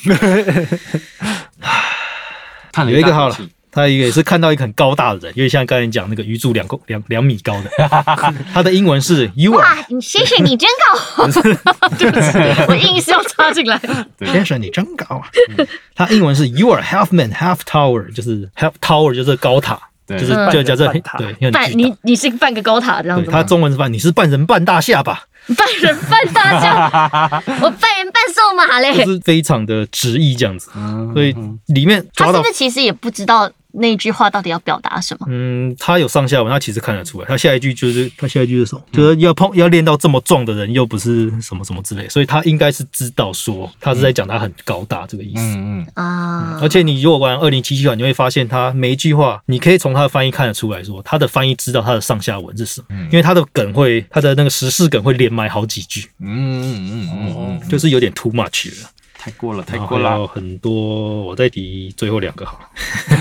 S3: 叹了
S2: 有一个
S3: 大
S2: 好
S3: 口
S2: 了
S3: 气，
S2: 他一个也是看到一个很高大的人，因为像刚才讲那个鱼柱两公两两米高的， 他的英文是 You are
S1: 哇，你谢谢你真 高，
S6: 我硬是要插进来。
S2: 先生，你真高啊！ 他英文是 You are half man half tower，就是 half tower 就是高塔，
S3: 对
S2: 就是
S1: 嗯
S2: 就叫这
S4: 半塔
S2: 对，因为
S6: 半你你是半个高塔这样
S2: 对
S6: 子吗？
S2: 他中文是半，你是半人半大下吧，
S1: 半人半大象， 我半人半瘦马
S2: 就
S1: 嘞。
S2: 是非常的直译这样子，所以里面
S1: 他
S2: 抓
S1: 是
S2: 到
S1: 不是其实也不知道那句话到底要表达什么？
S2: 嗯，他有上下文，他其实看得出来。他下一句就是嗯他下一句是什么？就是要碰要练到这么壮的人，又不是什么什么之类，所以他应该是知道说他是在讲他很高大这个意思。
S3: 嗯嗯，
S1: 啊，
S2: 而且你如果玩二零七啊七版，你会发现他每一句话，你可以从他的翻译看得出来说，他的翻译知道他的上下文是什么，因为他的梗会，他的那个时事梗会连埋好几句，
S3: 嗯嗯嗯哦哎嗯嗯，
S2: 就是有点 too much 了。
S3: 太过了，太
S2: 然后
S3: 过
S2: 还有
S3: 了，
S2: 很多，我再提最后两个好了。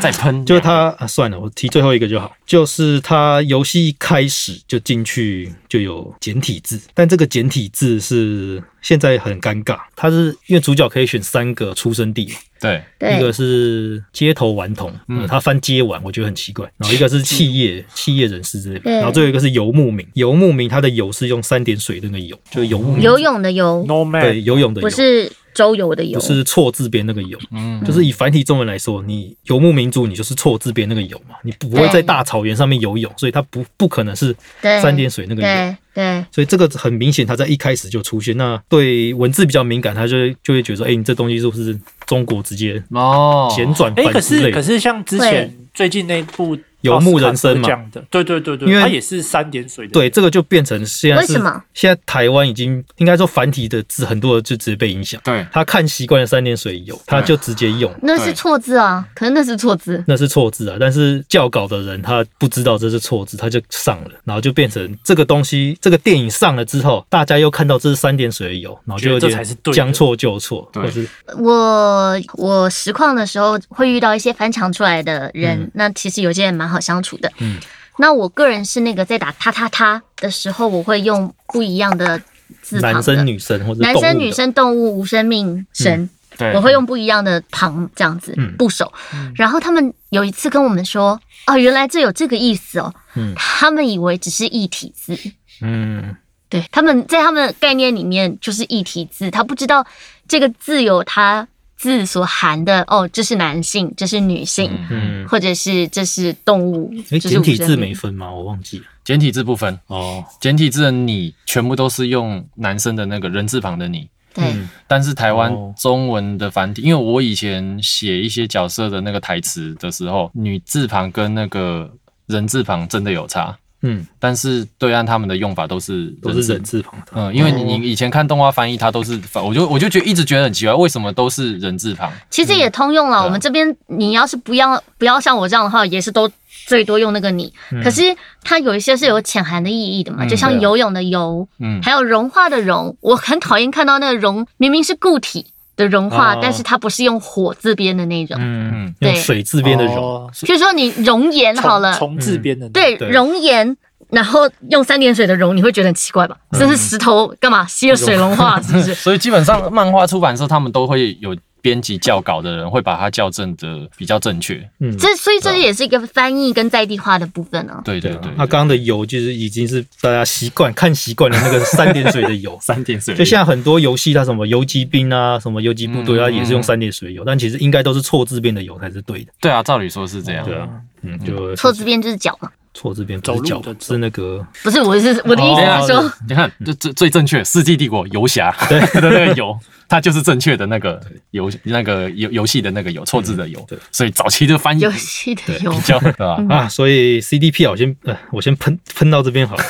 S3: 再喷，
S2: 就是他、啊、算了，我提最后一个就好。就是他游戏一开始就进去就有简体字，但这个简体字是现在很尴尬，他是因为主角可以选三个出生地嘛，
S3: 对，
S2: 一个
S1: 对，
S2: 是街头顽童，呃他翻街玩，我觉得很奇怪。然后一个是企业企业人士之类的，
S1: 对
S2: 然后最后一个是游牧民，游牧民他的游是用三点水那个游，就是游牧民
S1: 游泳的游，
S4: ，No Man，
S2: 对游泳的
S1: 不
S2: 游。
S1: 是周游的游，
S2: 不是错字边那个游，就是以繁体中文来说，你游牧民族，你就是错字边那个游嘛，你不会在
S1: 对
S2: 大草原上面游泳，所以它不不可能是
S1: 对
S2: 三点水那个游。
S1: 对对
S2: 所以这个很明显，它在一开始就出现。那对文字比较敏感，他就会就会觉得说，哎、你这东西是不是中国直接
S3: 哦，
S2: 简转
S4: 哎，
S2: 版
S4: 可
S2: 之类
S4: 是
S2: 的？
S4: 可是像之前最近那部《
S2: 游牧人生嘛
S4: 讲的，对对对
S2: 因
S4: 对，
S2: 为
S4: 它也是三点水的，
S2: 对，这个就变成现在是
S1: 为什么
S2: 现在台湾已经应该说繁体的字很多的就直接被影响，
S3: 对，
S2: 他看习惯了三点水游，他就直接用。
S1: 那是错字啊，可是那是错字，
S2: 那是错字啊，但是教稿的人他不知道这是错字，他就上了，然后就变成这个东西，这个电影上了之后，大家又看到这是三点水的游，然后就有
S4: 觉得这才
S2: 点
S4: 是对的
S2: 将错就错，
S3: 对
S2: 或是
S1: 我我实况的时候会遇到一些翻墙出来的人，那其实有些人蛮好相处的。
S2: 嗯，
S1: 那我个人是那个在打他他他的时候，我会用不一样的字旁的
S2: 男生、女生或者
S1: 男
S2: 动物
S1: 生、
S2: 的
S1: 女生、动物、无生命、神，
S3: 对，
S1: 我会用不一样的旁这样子、
S2: 嗯
S1: 部首。然后他们有一次跟我们说，哦，原来这有这个意思哦。
S2: 嗯
S1: 他们以为只是一体字。
S2: 嗯，
S1: 对，他们在他们的概念里面就是一体字，他不知道这个字有它字所含的哦，这是男性，这是女性，
S2: 嗯
S1: 或者是这是动物，
S2: 诶，
S1: 这是
S2: 简
S1: 无
S2: 体
S1: 生
S2: 字
S1: 命
S2: 没分吗？我忘记了。
S3: 简体字不分
S2: 哦，
S3: 简体字的你全部都是用男生的那个人字旁的你，
S1: 对，
S2: 嗯
S3: 但是台湾
S2: 哦
S3: 中文的繁体，因为我以前写一些角色的那个台词的时候，女字旁跟那个人字旁真的有差，
S2: 嗯，
S3: 但是对岸他们的用法都是
S2: 都是人字旁哦的。
S3: 嗯，因为你你以前看动画翻译，它都是，我就我就觉得一直觉得很奇怪，为什么都是人字旁？
S1: 其实也通用
S2: 嗯
S1: 了。
S3: 对啊
S1: 我们这边你要是不要不要像我这样的话，也是都最多用那个你。
S2: 嗯
S1: 可是它有一些是有潜含的意义的嘛，
S3: 嗯
S1: 就
S3: 对啊
S1: 像游泳的游，
S3: 嗯，
S1: 还有融化的融。我很讨厌看到那个融明明是固体的融化，
S2: 哦
S1: 但是它不是用火字边的那种。
S2: 嗯，
S1: 对
S2: 用水字边的嗯容，
S4: 哦，
S1: 譬如说你熔岩好了，
S4: 重字边的那个
S1: 对，
S2: 对
S1: 熔岩，然后用三点水的熔，你会觉得很奇怪吧？
S2: 嗯
S1: 这是石头干嘛吸了水融化，是不 是？
S3: 所以基本上漫画出版社他们都会有编辑校稿的人会把它校正的比较正确。
S2: 嗯，
S1: 这所以这也是一个翻译跟在地化的部分呢、
S3: 对对
S2: 对啊
S3: 对，，
S2: 那刚刚的游就是已经是大家习惯看习惯了那个三点水的游
S3: 三点水
S2: 就像很多游戏，它什么游击兵啊，什么游击部队啊，
S3: 嗯嗯
S2: 也是用三点水游，但其实应该都是错字边的游才是对的。
S3: 对啊，照理说是这样。
S2: 对啊，嗯，就
S1: 错字边就是脚嘛，
S2: 错字边不是
S4: 走
S2: 脚
S4: 路的，走
S2: 是那个
S1: 不是，我是我的意思是啊说，
S3: 哦你看，这最最正确，《世纪帝国》游侠对 的那个游，它就是正确的那个游那个游游戏的那个游，错字的游
S2: 对。
S3: 所以早期的翻译
S1: 游
S3: 比
S1: 戏的游，
S3: 较对吧？
S2: 啊，所以 CDP 啊，我先呃，我先喷喷到这边好了。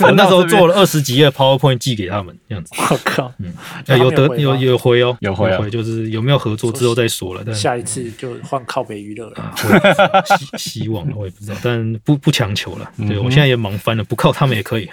S2: 我那时候做了二十几页 PowerPoint 寄给他们，这样子
S4: 我靠，
S2: 呃有
S4: 他
S2: 得
S4: 们有
S2: 有
S4: 回吗
S2: 有回哦，
S3: 有回啊
S2: 就是有没有合作之后再说了，但
S4: 啊下一次就换靠北娱乐了。
S2: 希啊希望了我也不知道，但不不强求了。对我现在也忙翻了，不靠他们也可以。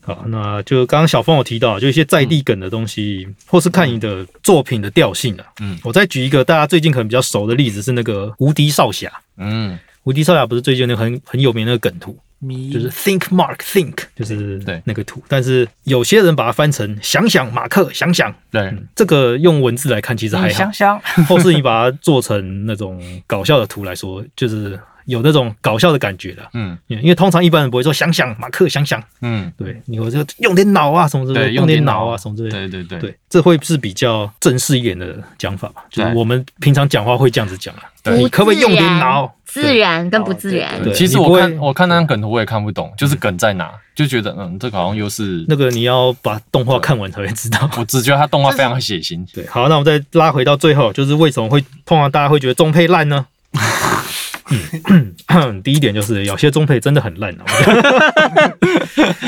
S2: 好，那就刚刚小峰有提到，就一些在地梗的东西，或是看你的作品的调性啊。
S3: 嗯
S2: 嗯，我再举一个大家最近可能比较熟的例子，是那个《无敌少侠》。
S3: 嗯，
S2: 无敌少侠不是最近那个很很有名的那个梗图，
S4: 迷
S2: 就是 Think Mark Think，就是
S3: 对
S2: 那个图。但是有些人把它翻成想想马克想想，
S3: 对，
S2: 嗯这个用文字来看其实
S4: 嗯
S2: 还好。
S3: 香，
S2: 或是你把它做成那种搞笑的图来说，就是有那种搞笑的感觉的。
S3: 嗯
S2: 因为因为通常一般人不会说想想马克想想，
S3: 嗯，
S2: 对你我就用点脑啊什么之类的，
S3: 对，用
S2: 点
S3: 电
S2: 脑
S3: 脑
S2: 啊什么之类的。
S3: 对对对
S2: 对，这会是比较正式一点的讲法吧？就是
S3: 对
S2: 我们平常讲话会这样子讲啊，
S3: 对
S1: 不
S2: 你可不可以用
S1: 自然
S2: 点脑？
S1: 自然跟不自
S4: 哦
S1: 然
S4: 对，
S2: 对
S3: 其实
S2: 你
S3: 我
S2: 不会
S3: 看我看那张梗图我也看不懂，就是梗在哪，就觉得嗯，这个好像又是
S2: 那个你要把动画看完才会知道。
S3: 我只觉得他动画非常血腥，
S2: 对，好，那我们再拉回到最后，就是为什么会通常大家会觉得中配烂 呢？嗯， 第一点就是有些中配真的很烂啊，我觉得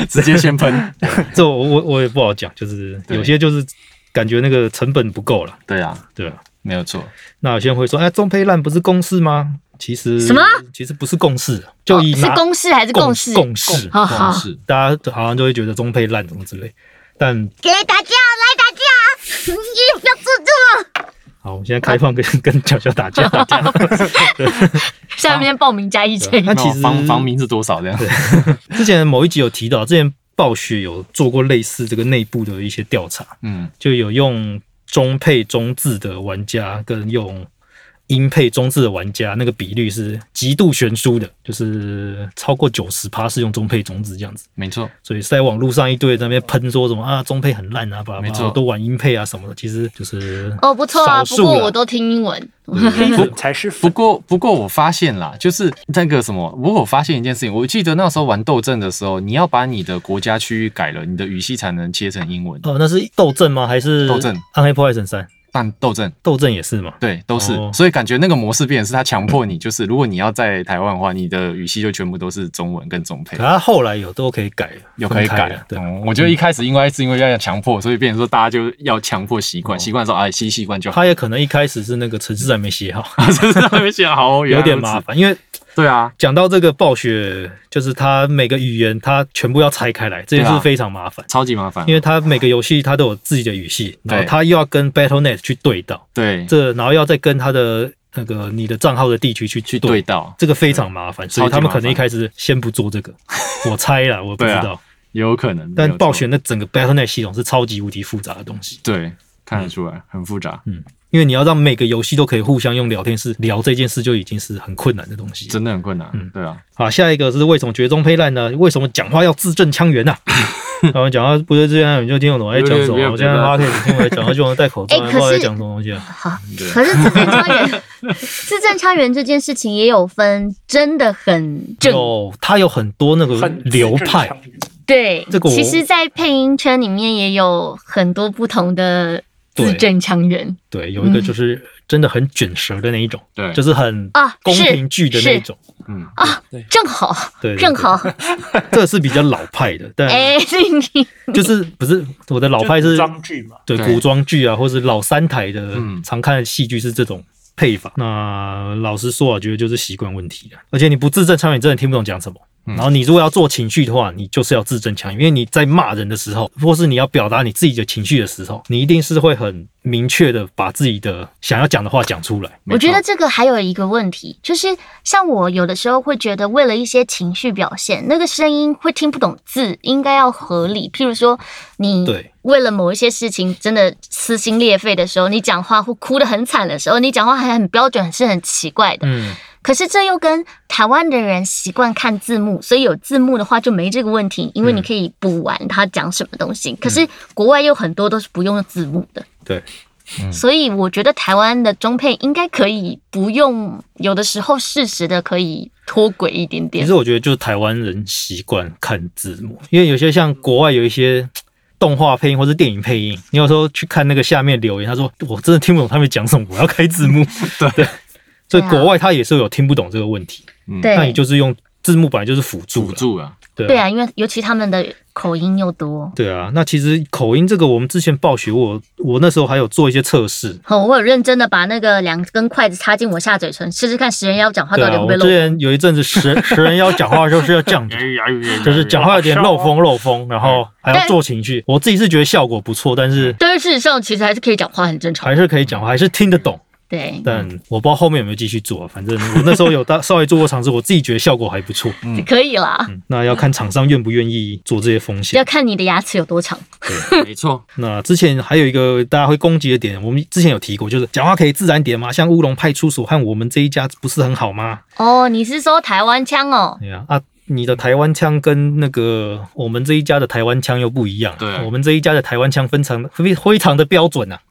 S3: 直接先喷。
S2: 这我我我也不好讲，就是
S3: 对
S2: 有些就是感觉那个成本不够了，
S3: 对啊，
S2: 对吧？
S3: 没有错，
S2: 那有些人会说，哎，中配烂不是公式吗？其实
S1: 什么？
S2: 其实不是共识，就以
S1: 哦是
S2: 拿
S1: 公式还是共识？
S2: 共识，
S1: 好好
S3: 但，啊是
S2: 大家好像就会觉得中配烂什么之类。但
S1: 给来打架，来打架， 你不要做这么。
S2: 好，我们现在开放
S1: 啊
S2: 跟 跟小小打架，
S1: 下面报名加一千，
S2: 那其
S3: 那
S2: 实
S3: 房房名是多少这样？
S2: 之前某一集有提到，之前暴雪有做过类似这个内部的一些调查，
S3: 嗯
S2: 就有用中配中字的玩家跟用英配中字的玩家，那个比率是极度悬殊的，就是超过九十趴是用中配中字这样子。
S3: 没错，
S2: 所以在网络上一堆人在那边喷说什么啊中配很烂啊，把
S3: 没错
S2: 都玩英配啊什么的，其实就是
S1: 哦，不错啊，
S2: 少
S1: 不
S2: 数
S1: 过
S2: 啦
S1: 我都听英文，
S4: 黑粉才是
S3: 不
S4: 粉，
S3: 过，不过我发现啦，就是那个什么，不过我发现一件事情，我记得那时候玩斗阵的时候，你要把你的国家区域改了，你的语系才能切成英文。
S2: 哦，那是斗阵啊吗？还是
S3: 斗阵
S2: 暗黑破坏神三
S3: 但斗阵
S2: 斗阵也是嘛？
S3: 对都是，
S2: 哦
S3: 所以感觉那个模式变成是他强迫你，就是如果你要在台湾的话，你的语系就全部都是中文跟中配
S2: 可。他后来有都可以改了，
S3: 有可以
S2: 分
S3: 改
S2: 开
S3: 了
S2: 了，，对。
S3: 嗯我觉得一开始因为是因为要强迫，所以变成说大家就要强迫习
S2: 哦
S3: 惯，习惯之后哎，习习 惯就好。
S2: 他也可能一开始是那个城市还没写好，
S3: 这是那边写好
S2: 有点麻。烦。因为
S3: 对啊，
S2: 讲到这个暴雪，就是它每个语言它全部要拆开来，这件
S3: 对啊
S2: 事非常麻烦。
S3: 超级麻烦。
S2: 因为它每个游戏它都有自己的语系，然后
S3: 对
S2: 它又要跟 BattleNet 去对到，
S3: 对
S2: 这然后要再跟它的那个你的账号的地区去去
S3: 去对，到
S2: 这个非常麻烦，所以
S3: 超级
S2: 他们
S3: 麻
S2: 可能一
S3: 烦
S2: 开始先不做 这个，我猜啦，我不知
S3: 对啊
S2: 道。
S3: 也有可能，没
S2: 但
S3: 有错
S2: 暴雪那整个 BattleNet 系统是超级无敌复杂的东西，
S3: 对看得出
S2: 嗯
S3: 来很复杂，
S2: 因为你要让每个游戏都可以互相用聊天室聊这件事，就已经是很困难的东西。
S3: 真的很困难
S2: 嗯。
S3: 对啊，
S2: 好，下一个是为什么绝中配烂呢？为什么讲话要字正腔 圆呐、然后讲话不是这样，你就听不懂我哎在讲什么。我现在 p o d c 听我在讲话就能戴口罩，
S1: 哎可
S2: 不知
S1: 是
S2: 道在讲什么东西啊。
S1: 好，可是字正腔 圆，字正腔圆这件事情也有分，真的很正。
S2: 有它有很多那个
S4: 很
S2: 流派，
S1: 对，
S2: 这个我
S1: 其实，在配音圈里面也有很多不同的字
S2: 对
S1: 正腔圆
S2: 对，有一个就是真的很卷舌的那一种，
S3: 对，
S2: 就是是很
S1: 嗯啊，
S2: 宫
S1: 是
S2: 廷剧的那一种，
S3: 嗯，
S1: 正好
S2: 对，对
S1: 正，好，
S2: 对这是比较老派的，但
S1: 哎， 你
S2: 就是不是我的老派
S4: 就是装句嘛，
S2: 对
S3: 对
S2: 古装剧啊，或是老三台的
S3: 嗯
S2: 常看的戏剧是这种配法。那老实说啊，我觉得就是习惯问题了。啊而且你不字正腔圆，真的听不懂讲什么。
S3: 嗯
S2: 然后你如果要做情绪的话，你就是要字正腔圆，因为你在骂人的时候，或是你要表达你自己的情绪的时候，你一定是会很明确的把自己的想要讲的话讲出来。
S3: 没
S1: 我觉
S3: 错
S1: 得这个还有一个问题，就是像我有的时候会觉得，为了一些情绪表现，那个声音会听不懂字，应该要合理。譬如说，你
S2: 对
S1: 为了某一些事情真的撕心裂肺的时候，你讲话或哭得很惨的时候，你讲话还很标准，是很奇怪的。
S2: 嗯，
S1: 可是这又跟台湾的人习惯看字幕，所以有字幕的话就没这个问题，因为你可以补完他讲什么东西。可是国外有很多都是不用字幕的。
S2: 对，嗯
S1: 所以我觉得台湾的中配应该可以不用，有的时候适时的可以脱轨一点
S2: 其
S1: 点
S2: 实。我觉得就是台湾人习惯看字幕，因为有些像国外有一些动画配音或是电影配音，你有时候去看那个下面留言，他说我真的听不懂他们讲什么，我要开字幕。对所以国外他也是有听不懂这个问题，那你
S1: 对，啊
S2: 就是用字幕本来就是辅助
S3: 辅
S2: 了，
S3: 助啊，
S2: 对
S1: 对啊，因为尤其他们的口音又多。
S2: 对啊，那其实口音这个，我们之前暴雪我我那时候还有做一些测试，
S1: 好，我有认真的把那个两根筷子插进我下嘴唇，试试看食人妖讲话
S2: 对
S1: 到底
S2: 啊，
S1: 会不
S2: 我
S1: 会
S2: 之
S1: 漏。
S2: 前有一阵 子食人食人妖讲话就是要这样子，
S3: 哎
S2: 就是讲话有点漏风漏风，然后还要做情绪，我自己是觉得效果不错，但是
S1: 但是事实上，其实还是可以讲话，很正常。
S2: 还是可以讲话，还是听得懂。
S1: 对，
S2: 但我不知道后面有没有继续做，反正我那时候有大稍微做过尝试，我自己觉得效果还不错。
S1: 可以啦，
S2: 嗯，那要看厂商愿不愿意做这些风险
S1: 要。看你的牙齿有多长。
S3: 没错，
S2: 那之前还有一个大家会攻击的点，我们之前有提过，就是讲话可以自然点吗？像乌龙派出所和我们这一家不是很好吗？
S1: 哦，你是说台湾腔哦？
S2: 对呀、啊，你的台湾腔跟那个我们这一家的台湾腔又不一样。
S3: 对
S2: 我们这一家的台湾腔非常非非常的标准呐、啊。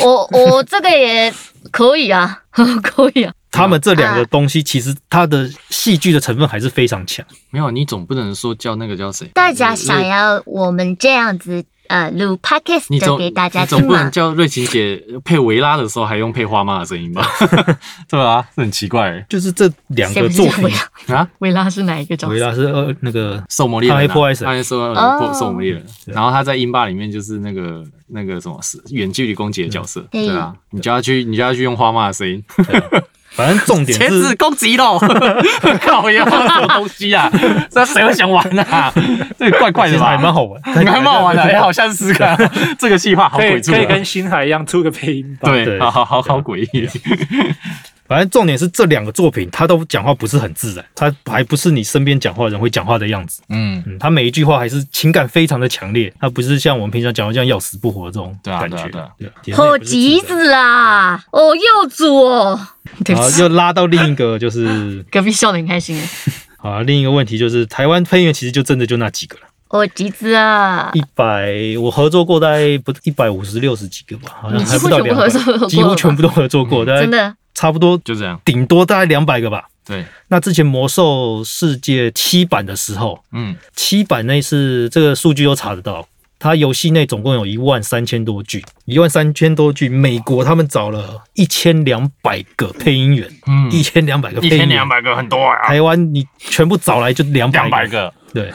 S1: 我我这个也可以啊， 可以啊。
S2: 他们这两个东西其实它的戏剧的成分还是非常强。
S3: 没有你总不能说叫那个叫谁，
S1: 大家想
S3: 瑞
S1: 要我们这样子呃录 podcast
S3: 你
S1: 的
S3: 总
S1: 给大家
S3: 你总
S1: 听啊
S3: 不能
S1: 吗？
S3: 叫瑞琴姐配维拉的时候还用配花妈的声 音吧？对啊，这很奇怪
S2: 就是这两
S1: 谁
S2: 个
S1: 不是
S2: 作品
S1: 维，拉？
S3: 欸啊。
S6: 维拉是哪一个角
S2: 维
S6: 色？
S2: 拉是呃那个
S3: 兽魔猎人、
S2: 暗黑
S3: 啊，
S2: 破坏神
S3: 暗黑兽魔
S1: 哦
S3: 兽魔猎人，然后他在英霸里面就是那个那个什么是远距离攻击的角色，
S1: 对
S3: 对啊，你叫他去，你叫他去用花妈的声音，
S2: 反正重 点
S3: 茄子
S2: 是
S3: 攻击喽！ 靠呀，什么东西啊？这谁会想玩啊？这个怪怪
S2: 其
S3: 的
S2: 实
S3: 吧？
S2: 还蛮好玩，
S3: 你还蛮好玩的，哎，好像是看 这个计划好
S4: 可以
S3: 鬼畜
S4: 可以
S3: 啊
S4: 跟！星海一样出个配音版，
S3: 对，
S2: 对
S3: 好好好
S2: 对啊
S3: 好诡异。
S2: 反正重点是这两个作品，他都讲话不是很自然，他还不是你身边讲话的人会讲话的样子。
S3: 嗯，
S2: 嗯，他每一句话还是情感非常的强烈，他不是像我们平常讲的这样要死不活的这种
S3: 对啊
S2: 感
S3: 对啊
S2: 觉。
S3: 对啊
S2: 对
S1: 好急。子哦啦！哦，又煮哦，
S6: 对
S2: 然
S6: 不
S2: 后
S6: 起，
S2: 又拉到另一 个，就是
S6: 隔壁笑得很开心耶。
S2: 啊，另一个问题就是台湾配音员其实就真的就那几个了，
S1: 哦，急子啊！
S2: 一百我合作过大概不一百五十六十几个吧，好像还不到
S6: 你几
S2: 两
S6: 乎全部合作
S2: 百，
S6: 过嗯
S2: 几乎全部都合作过，大
S1: 真
S2: 概
S1: 的，
S2: 差不多
S3: 就这样。
S2: 顶多大概两百个吧。
S3: 对，
S2: 那之前魔兽世界七版的时候，
S3: 嗯，
S2: 七版那是这个数据都查得到，它游戏内总共有一万三千多句，一万三千多句，美国他们找了一千两百个配音员，
S3: 嗯
S2: 一千两百个配
S3: 一
S2: 音员，
S3: 千两百个很多啊，
S2: 台湾你全部找来就两
S3: 两
S2: 百
S3: 百，个，
S2: 对，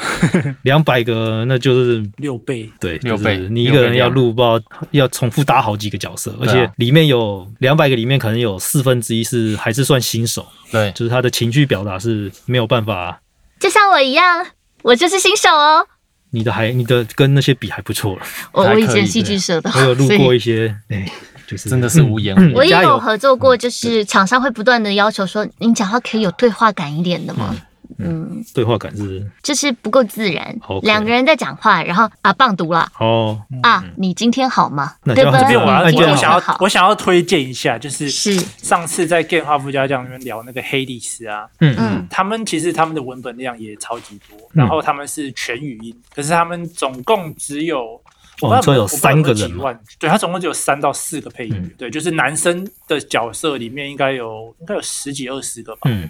S2: 两百个那就是。
S4: 六倍，
S1: 嗯
S2: 对，
S3: 六
S2: 就是
S3: 倍
S2: 你一个人要
S3: 六倍
S2: 录报，要重复搭好几个角色，而
S3: 啊
S2: 且里面有两百个，里面可能有四分之一是还是算新手，
S3: 对，
S2: 就是他的情绪表达是没有办法，
S1: 就像我一样，我就是新手哦。
S2: 你的还你的跟那些比还不错了。
S1: 我
S3: 还
S1: 我
S3: 可以
S1: 以前戏剧社的，
S2: 我有录
S1: 所以
S2: 过一些，哎，就是
S3: 真的是无言
S2: 嗯
S1: 我也
S2: 加
S1: 有
S2: 油。嗯
S1: 合作过，就是厂商会不断的要求说，你讲话可以有对话感一点的嘛，嗯，
S2: 对话感是
S1: 就是不够自然。
S2: OK
S1: 两个人在讲话，然后啊棒读了
S2: 哦，
S1: 啊，你今天好吗？
S2: 那
S1: 对
S2: 就
S1: 不
S2: 好
S1: 对？
S4: 这边我要
S2: 那
S1: 你
S2: 就
S1: 今天
S4: 我我想
S1: 好不
S4: 要
S1: 好
S4: 我？想要推荐一下，就是
S1: 是
S4: 上次在《Game 化附加酱》里面聊那个黑历史啊，
S2: 嗯嗯，
S1: 嗯，
S4: 他们其实他们的文本量也超级多，然后他们是全语音，可是他们总共只有。
S2: 哦你说有三个人吗
S4: 我不知道有没有几万，对他总共只有三到四个配音员，
S2: 嗯
S4: 对，就是男生的角色里面应该有应该有十几二十个吧，
S2: 嗯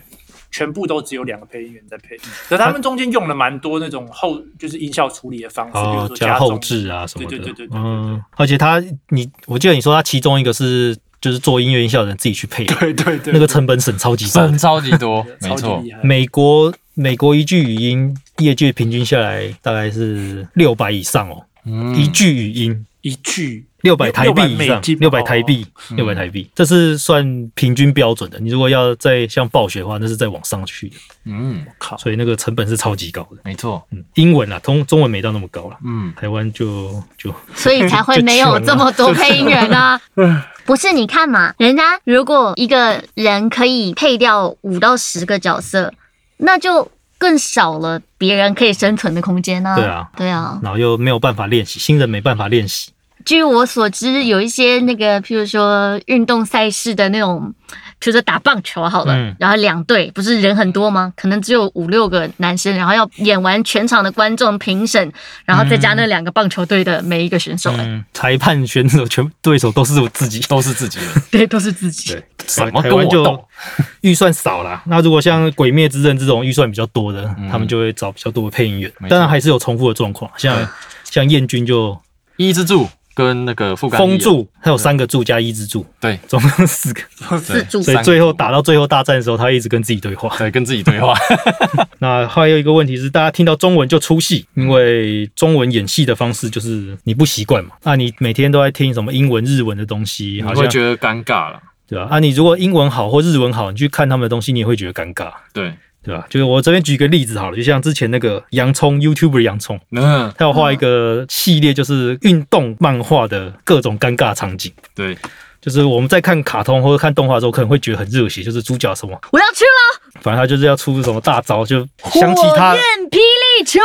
S4: 全部都只有两个配音员在配，可是他们中间用了蛮多那种后就是音效处理的方式，比如
S2: 哦
S4: 说，
S2: 加
S4: 重
S2: 后置啊什么的，
S4: 对对对对对对
S2: 嗯，而且他，你，我记得你说他其中一个是就是做音乐音效的人自己去配，啊
S4: 对对对，
S2: 那个成本省超级大
S3: 真。 超级多，没
S4: 超
S3: 错
S4: 级，厉害，
S2: 美国美国一句语音，业界平均下来大概是六百以上哦，
S3: 嗯
S2: 一句语音
S4: 一句
S2: 六百台币以上
S4: 600美，金
S2: 六百台币，六百台币，这是算平均标准的。你如果要再像暴雪的话，那是再往上去的，
S3: 嗯，
S4: 靠，
S2: 所以那个成本是超级高的。
S3: 没错，
S2: 嗯，英文啦，中中文没到那么高啦。
S3: 嗯，
S2: 台湾就就
S1: 所以才会没有这么多配音员 啊。不是，你看嘛，人家如果一个人可以配掉五到十个角色，那就更少了别人可以生存的空间呢、
S2: 对啊，
S1: 对啊。
S2: 然后又没有办法练习，新人没办法练习，
S1: 据我所知，有一些那个，譬如说运动赛事的那种，譬如说打棒球好了，
S2: 嗯
S1: 然后两队不是人很多吗？可能只有五六个男生，然后要演完全场的观众评审，然后再加那两个棒球队的每一个选手、哎
S2: 嗯， 裁判选手全对手都是我自己，
S3: 都是自己人，
S6: 对，都是自己。
S2: 对，
S3: 什么
S2: 台
S3: 跟
S2: 湾
S3: 我
S2: 就
S3: 斗
S2: 预算少啦。那如果像《鬼灭之刃》这种预算比较多的，他们就会找比较多的配音员
S3: 没，错
S2: 当然还是有重复的状况，像像燕君就
S3: 一之助跟那个覆盖
S2: 风，柱，他有三个柱加一支柱，
S3: 啊对，
S2: 总共四个，
S1: 自助
S2: 所以最后打到最后大战的时候，他一直跟自己对话。
S3: 对，跟自己对话，
S2: 那还有一个问题是，大家听到中文就出戏，因为中文演戏的方式就是你不习惯嘛。那你每天都在听什么英文、日文的东西，
S3: 你
S2: 好
S3: 会
S2: 像
S3: 觉得尴尬了，
S2: 对吧？啊，你如果英文好或日文好，你去看他们的东西，你也会觉得尴尬，
S3: 对，
S2: 对吧？就是我这边举一个例子好了，就像之前那个洋葱 YouTuber 洋葱，
S3: 嗯，
S2: 他要画一个系列，就是运动漫画的各种尴尬场景。
S3: 对，
S2: 就是我们在看卡通或者看动画的时候，可能会觉得很热血，就是主角什么，
S1: 我要去了，
S2: 反正他就是要出什么大招，就想起他
S1: 火焰霹雳球。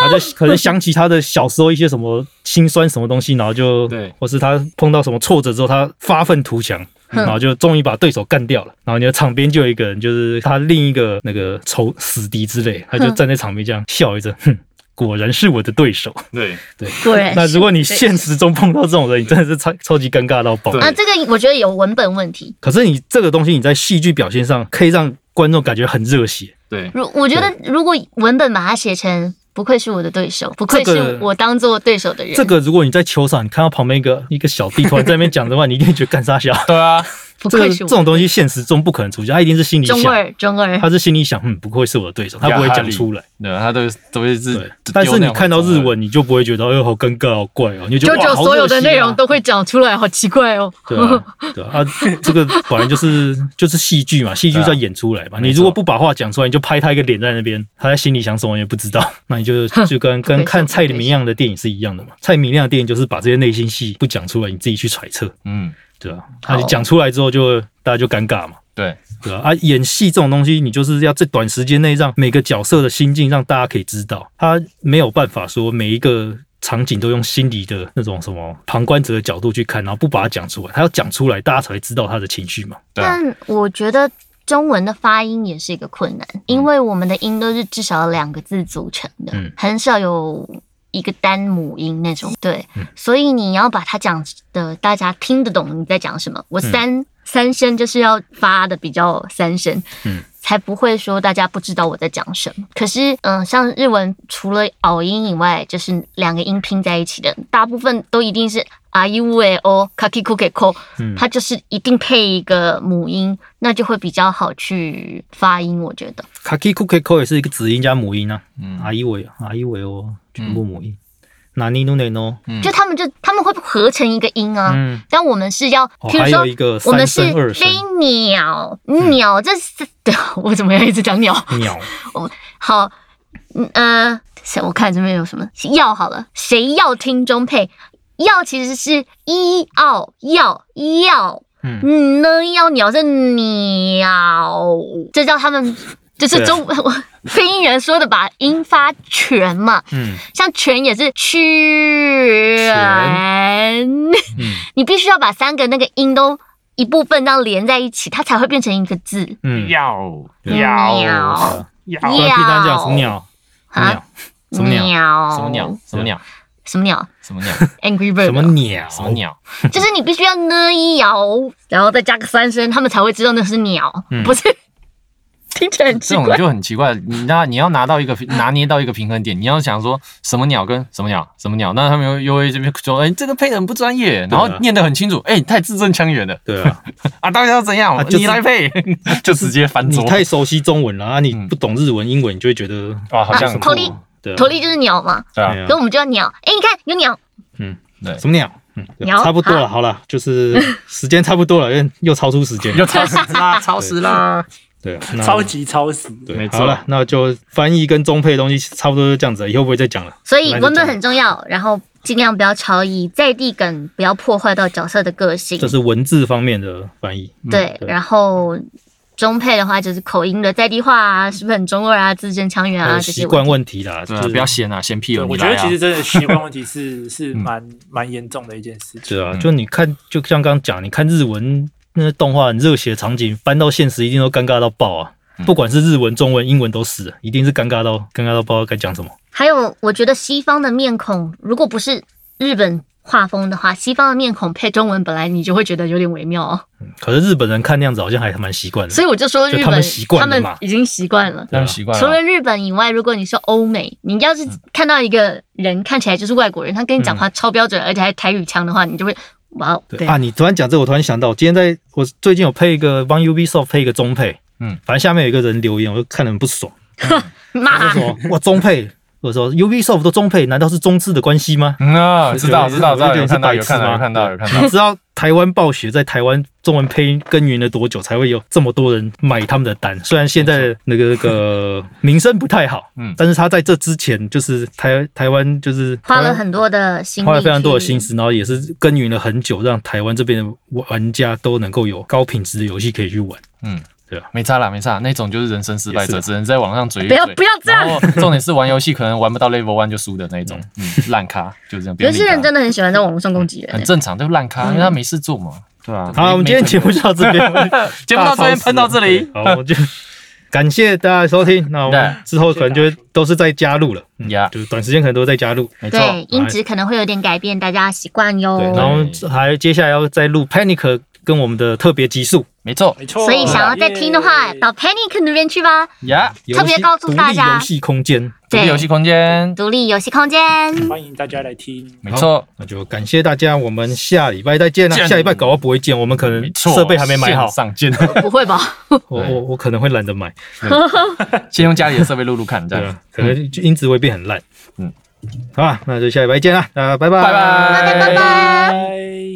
S2: 他就可能想起他的小时候一些什么心酸什么东西，然后就
S3: 对
S2: 或是他碰到什么挫折之后，他发愤图强，然后就终于把对手干掉了。然后你的场边就有一个人，就是他另一个那个仇死敌之类，他就站在场边这样笑一阵，哼。果然是我的对手。
S3: 对，
S1: 果然
S2: 那如果你现实中碰到这种人，你真的是超超级尴尬到爆。
S3: 对
S1: 啊，这个我觉得有文本问题。
S2: 可是你这个东西，你在戏剧表现上可以让观众感觉很热血，
S3: 对，
S1: 如我觉得如果文本把它写成“不愧是我的对手，不愧
S2: 这个
S1: 是我当做对手的人”，
S2: 这个如果你在球场，你看到旁边一个一个小弟突然在那边讲的话，你一定会觉得干 啥小。
S3: 对啊，
S1: 不
S2: 这
S1: 愧
S2: 个
S1: 是
S2: 这
S1: 我
S2: 种东西现实中不可能出现，他一定是心里想
S1: 中，二中二。
S2: 他是心里想，嗯，不愧是我的对手，他不会讲出来。
S3: 对，啊他都都会是
S2: 对，，但是你看到日，文，你就不会觉得，哎呦，好尴尬，好怪哦，你就觉
S6: 九
S2: 得
S6: 九
S2: 哇好
S6: 所有
S2: 热
S6: 的
S2: 心啊
S6: 内容都会讲出来，好奇怪哦。
S2: 对啊，对啊，啊这个本来就是就是戏剧嘛，戏剧在演出来嘛。你如果不把话讲出来，你就拍他一个脸在那边，他在心里想什么也不知道，那你就就跟跟看蔡明亮的电影是一样的嘛。蔡明亮的电影就是把这些内心戏不讲出来，你自己去揣测，
S3: 嗯，
S2: 对啊，他你讲出来之后就大家就尴尬嘛。
S3: 对，
S2: 对啊，啊演戏这种东西，你就是要在短时间内让每个角色的心境让大家可以知道，他没有办法说每一个场景都用心理的那种什么旁观者的角度去看，然后不把它讲出来，他要讲出来，大家才会知道他的情绪嘛。
S3: 对啊
S1: 但我觉得中文的发音也是一个困难，因为我们的音都是至少两个字组成的，
S2: 嗯
S1: 很少有一个单母音那种。对，所以你要把它讲的大家听得懂你在讲什么。我三、三声就是要发的比较三声。
S2: 嗯
S1: 才不会说大家不知道我在讲什么。可是，嗯、像日文除了拗音以外，就是两个音拼在一起的，大部分都一定是啊 u e o kaki ku ke ko，它
S2: 嗯
S1: 就是一定配一个母音，那就会比较好去发音。我觉得，
S2: kaki kuki ko 也是一个子音加母音啊，
S3: 嗯
S2: 啊一尾啊一尾哦，全部母音。那尼努内诺，
S1: 就他们就他们会合成一个音啊。
S2: 嗯，
S1: 但我们是要，
S2: 哦
S1: 譬如
S2: 还
S1: 说，
S2: 有一个
S1: 我们
S2: 三
S1: 是
S2: 声嗯二声
S1: 飞鸟，鸟这是、 对，我怎么要一直讲鸟？
S2: 嗯鸟
S1: 好，嗯呃，想我看这边有什么要好了，谁要听中配？要其实是一奥要要，
S2: 嗯
S1: 嗯，呢要鸟是鸟，这叫他们就是
S2: 对啊
S1: 中 配音员说的吧，音发全嘛，
S2: 嗯，
S1: 像全也是 全，
S2: 嗯
S1: 你必须要把三个那个音都一部分这样连在一起，它才会变成一个字。嗯
S2: 嗯，
S4: 要
S2: 对
S4: 要
S1: 鸟
S2: 不
S4: 要
S2: 然平常讲什么鸟？什
S1: 啊
S2: 么鸟？什么鸟？
S1: 鸟
S3: 什么鸟？什么鸟？
S1: 什么鸟
S3: 什么鸟？
S1: ？Angry Bird
S2: 什么
S1: 哦
S2: 鸟？
S3: 什么？鸟？
S1: 就是你必须要呢一摇，然后再加个三声，他们才会知道那是鸟，
S2: 嗯
S1: 不是。 听起来很
S3: 这
S1: 奇
S3: 种
S1: 怪。
S3: 就很奇怪，你那你要拿到一个拿捏到一个平衡点，你要想说什么鸟跟什么鸟，什么鸟，那他们又又会这边说，哎、这个配的很不专业，然后念得很清楚，哎、你太字正腔圆了
S2: 对啊，
S3: 啊，到底要怎样？
S2: 啊就是
S3: 你来配，就直接翻
S2: 你
S3: 桌，
S2: 太熟悉中文了啊，你
S3: 嗯
S2: 不懂日文、英文，你就会觉得
S3: 哇，好像
S1: 啊头力
S2: 对啊
S1: 头力就是鸟嘛，
S3: 对啊
S2: 哎，呀
S1: 可我们就要鸟。哎，你看有鸟，
S3: 对，
S2: 什么鸟？嗯，对
S1: 鸟
S2: 差不多了，好了，就是时间差不多了，又 又超出时间了，
S3: 又超时啦，超时啦，
S2: 对啊，那
S4: 超级超时，
S2: 对
S3: 没，错
S2: 好了，那就翻译跟中配的东西差不多就这样子了，以后不会再讲了。
S1: 所以文
S2: 本
S1: 本很重要，然后尽量不要超译，在地梗不要破坏到角色的个性
S3: 嗯
S2: 这。是文字方面的翻译，
S1: 对，
S2: 对
S1: 然后中配的话就是口音的在地化啊，是不是很中二啊，字正腔圆
S2: 还
S1: 啊
S2: 有
S1: 这些
S2: 呃习
S1: 问题。
S2: 惯问题啦，
S3: 对
S2: 就
S3: 啊，
S2: 是
S3: 不要闲啊，闲屁
S4: 对，
S3: 哦，
S4: 我
S3: 你
S4: 觉
S3: 来
S4: 得
S3: 啊
S4: 其实，真的习惯问题是是蛮蛮严重的一件事情。
S2: 是啊，
S3: 嗯
S2: 就你看，就像刚刚讲，你看日文那些动画很热血的场景，搬到现实一定都尴尬到爆啊！
S3: 嗯
S2: 不管是日文、中文、英文都是，一定是尴尬到尴尬到爆，该讲什么？
S1: 还有，我觉得西方的面孔，如果不是日本画风的话，西方的面孔配中文，本来你就会觉得有点微妙哦。
S2: 可是日本人看那样子好像还蛮习惯的，
S6: 所以我就说
S2: 嗯就
S6: 日
S2: 他们
S6: 本
S2: 习惯了嘛啊
S6: 他们已经习惯了。
S3: 他们习惯
S1: 除
S3: 了
S1: 了。日本以外，如果你说欧美，你要是看到一个人看起来就是外国人，他跟你讲话超标准，而且还台语腔的话，你就会哇哦，
S2: 嗯对啊，你突然讲这，我突然想到，今天在我最近有配一个帮 Ubisoft 配一个中配，
S3: 嗯
S2: 嗯，反正下面有一个人留言，我就看得很不爽，他
S3: 啊
S1: 妈
S2: 说哇中配， 我说 Ubisoft 都中配，难道是中字的关系吗？
S3: 嗯啊，知道知道知道，有看到有
S2: 就觉
S3: 看
S2: 得你
S3: 到有
S2: 是
S3: 看到有看到，
S2: 你知道台湾暴雪在台湾中文配音耕耘了多久，才会有这么多人买他们的单？虽然现在那个那 个名声不太好，
S3: 嗯
S2: 嗯，但是他在这之前，就是台台湾就是
S1: 花了很多的心力，
S2: 花了非常多的心。思，然后也是耕耘了很久，让台湾这边的玩家都能够有高品质的游戏可以去玩。
S3: 没差啦没差，那种就是人生失败
S2: 也是
S3: 者，
S2: 啊
S3: 只能在网上嘴一
S6: 不要
S3: 嘴
S6: 不要这
S3: 然
S6: 样，
S3: 后重点是玩游戏可能玩不到 level one 就输的那一种，嗯，烂咖就是这样。不要
S6: 有
S3: 理
S6: 些人
S3: 他
S6: 真的嗯很喜欢在网络上攻击人
S3: 很。正常，就烂咖，因为他没事做嘛。对啊。
S2: 好，我们今天节目就到这边，
S3: 节目到这边喷到这里
S2: 对好，我就感谢大家的收听。那我们
S3: 对
S2: 之后可能就都是在加入了，嗯
S3: 呀
S2: 就是短时间可能都在加入。
S3: 没错，
S1: 对，音质可能会有点改变，大家习惯
S2: 对，
S1: 哟
S2: 然。后还接下来要再录 Panic 跟我们的特别集数，
S3: 没错
S4: 没错，
S1: 所以想要再听的
S2: 哦
S1: 话，
S4: 耶
S1: 到 Panic 那边去吧，
S3: 呀。
S1: 特别告诉大家
S2: 游戏独立游戏空间。
S3: 独立游戏空间，
S1: 独立游戏空间，
S4: 欢迎大家来听。
S3: 没错，
S2: 那就感谢大家，我们下礼拜再见啦！
S3: 见
S2: 下礼拜搞到不会见，我们可能
S3: 没错，
S2: 设备还没买好
S3: 线，上 见，
S6: 不会吧？
S2: 我我我可能会懒得买，
S3: 先用家里的设备录录看，这
S2: 对
S3: 样
S2: 啊。，可能就音质会变很烂。
S3: 嗯
S2: 嗯，好啊，那就下礼拜见啦，大家拜
S3: 拜
S2: 拜
S3: 拜，
S1: 拜拜拜。
S4: 拜。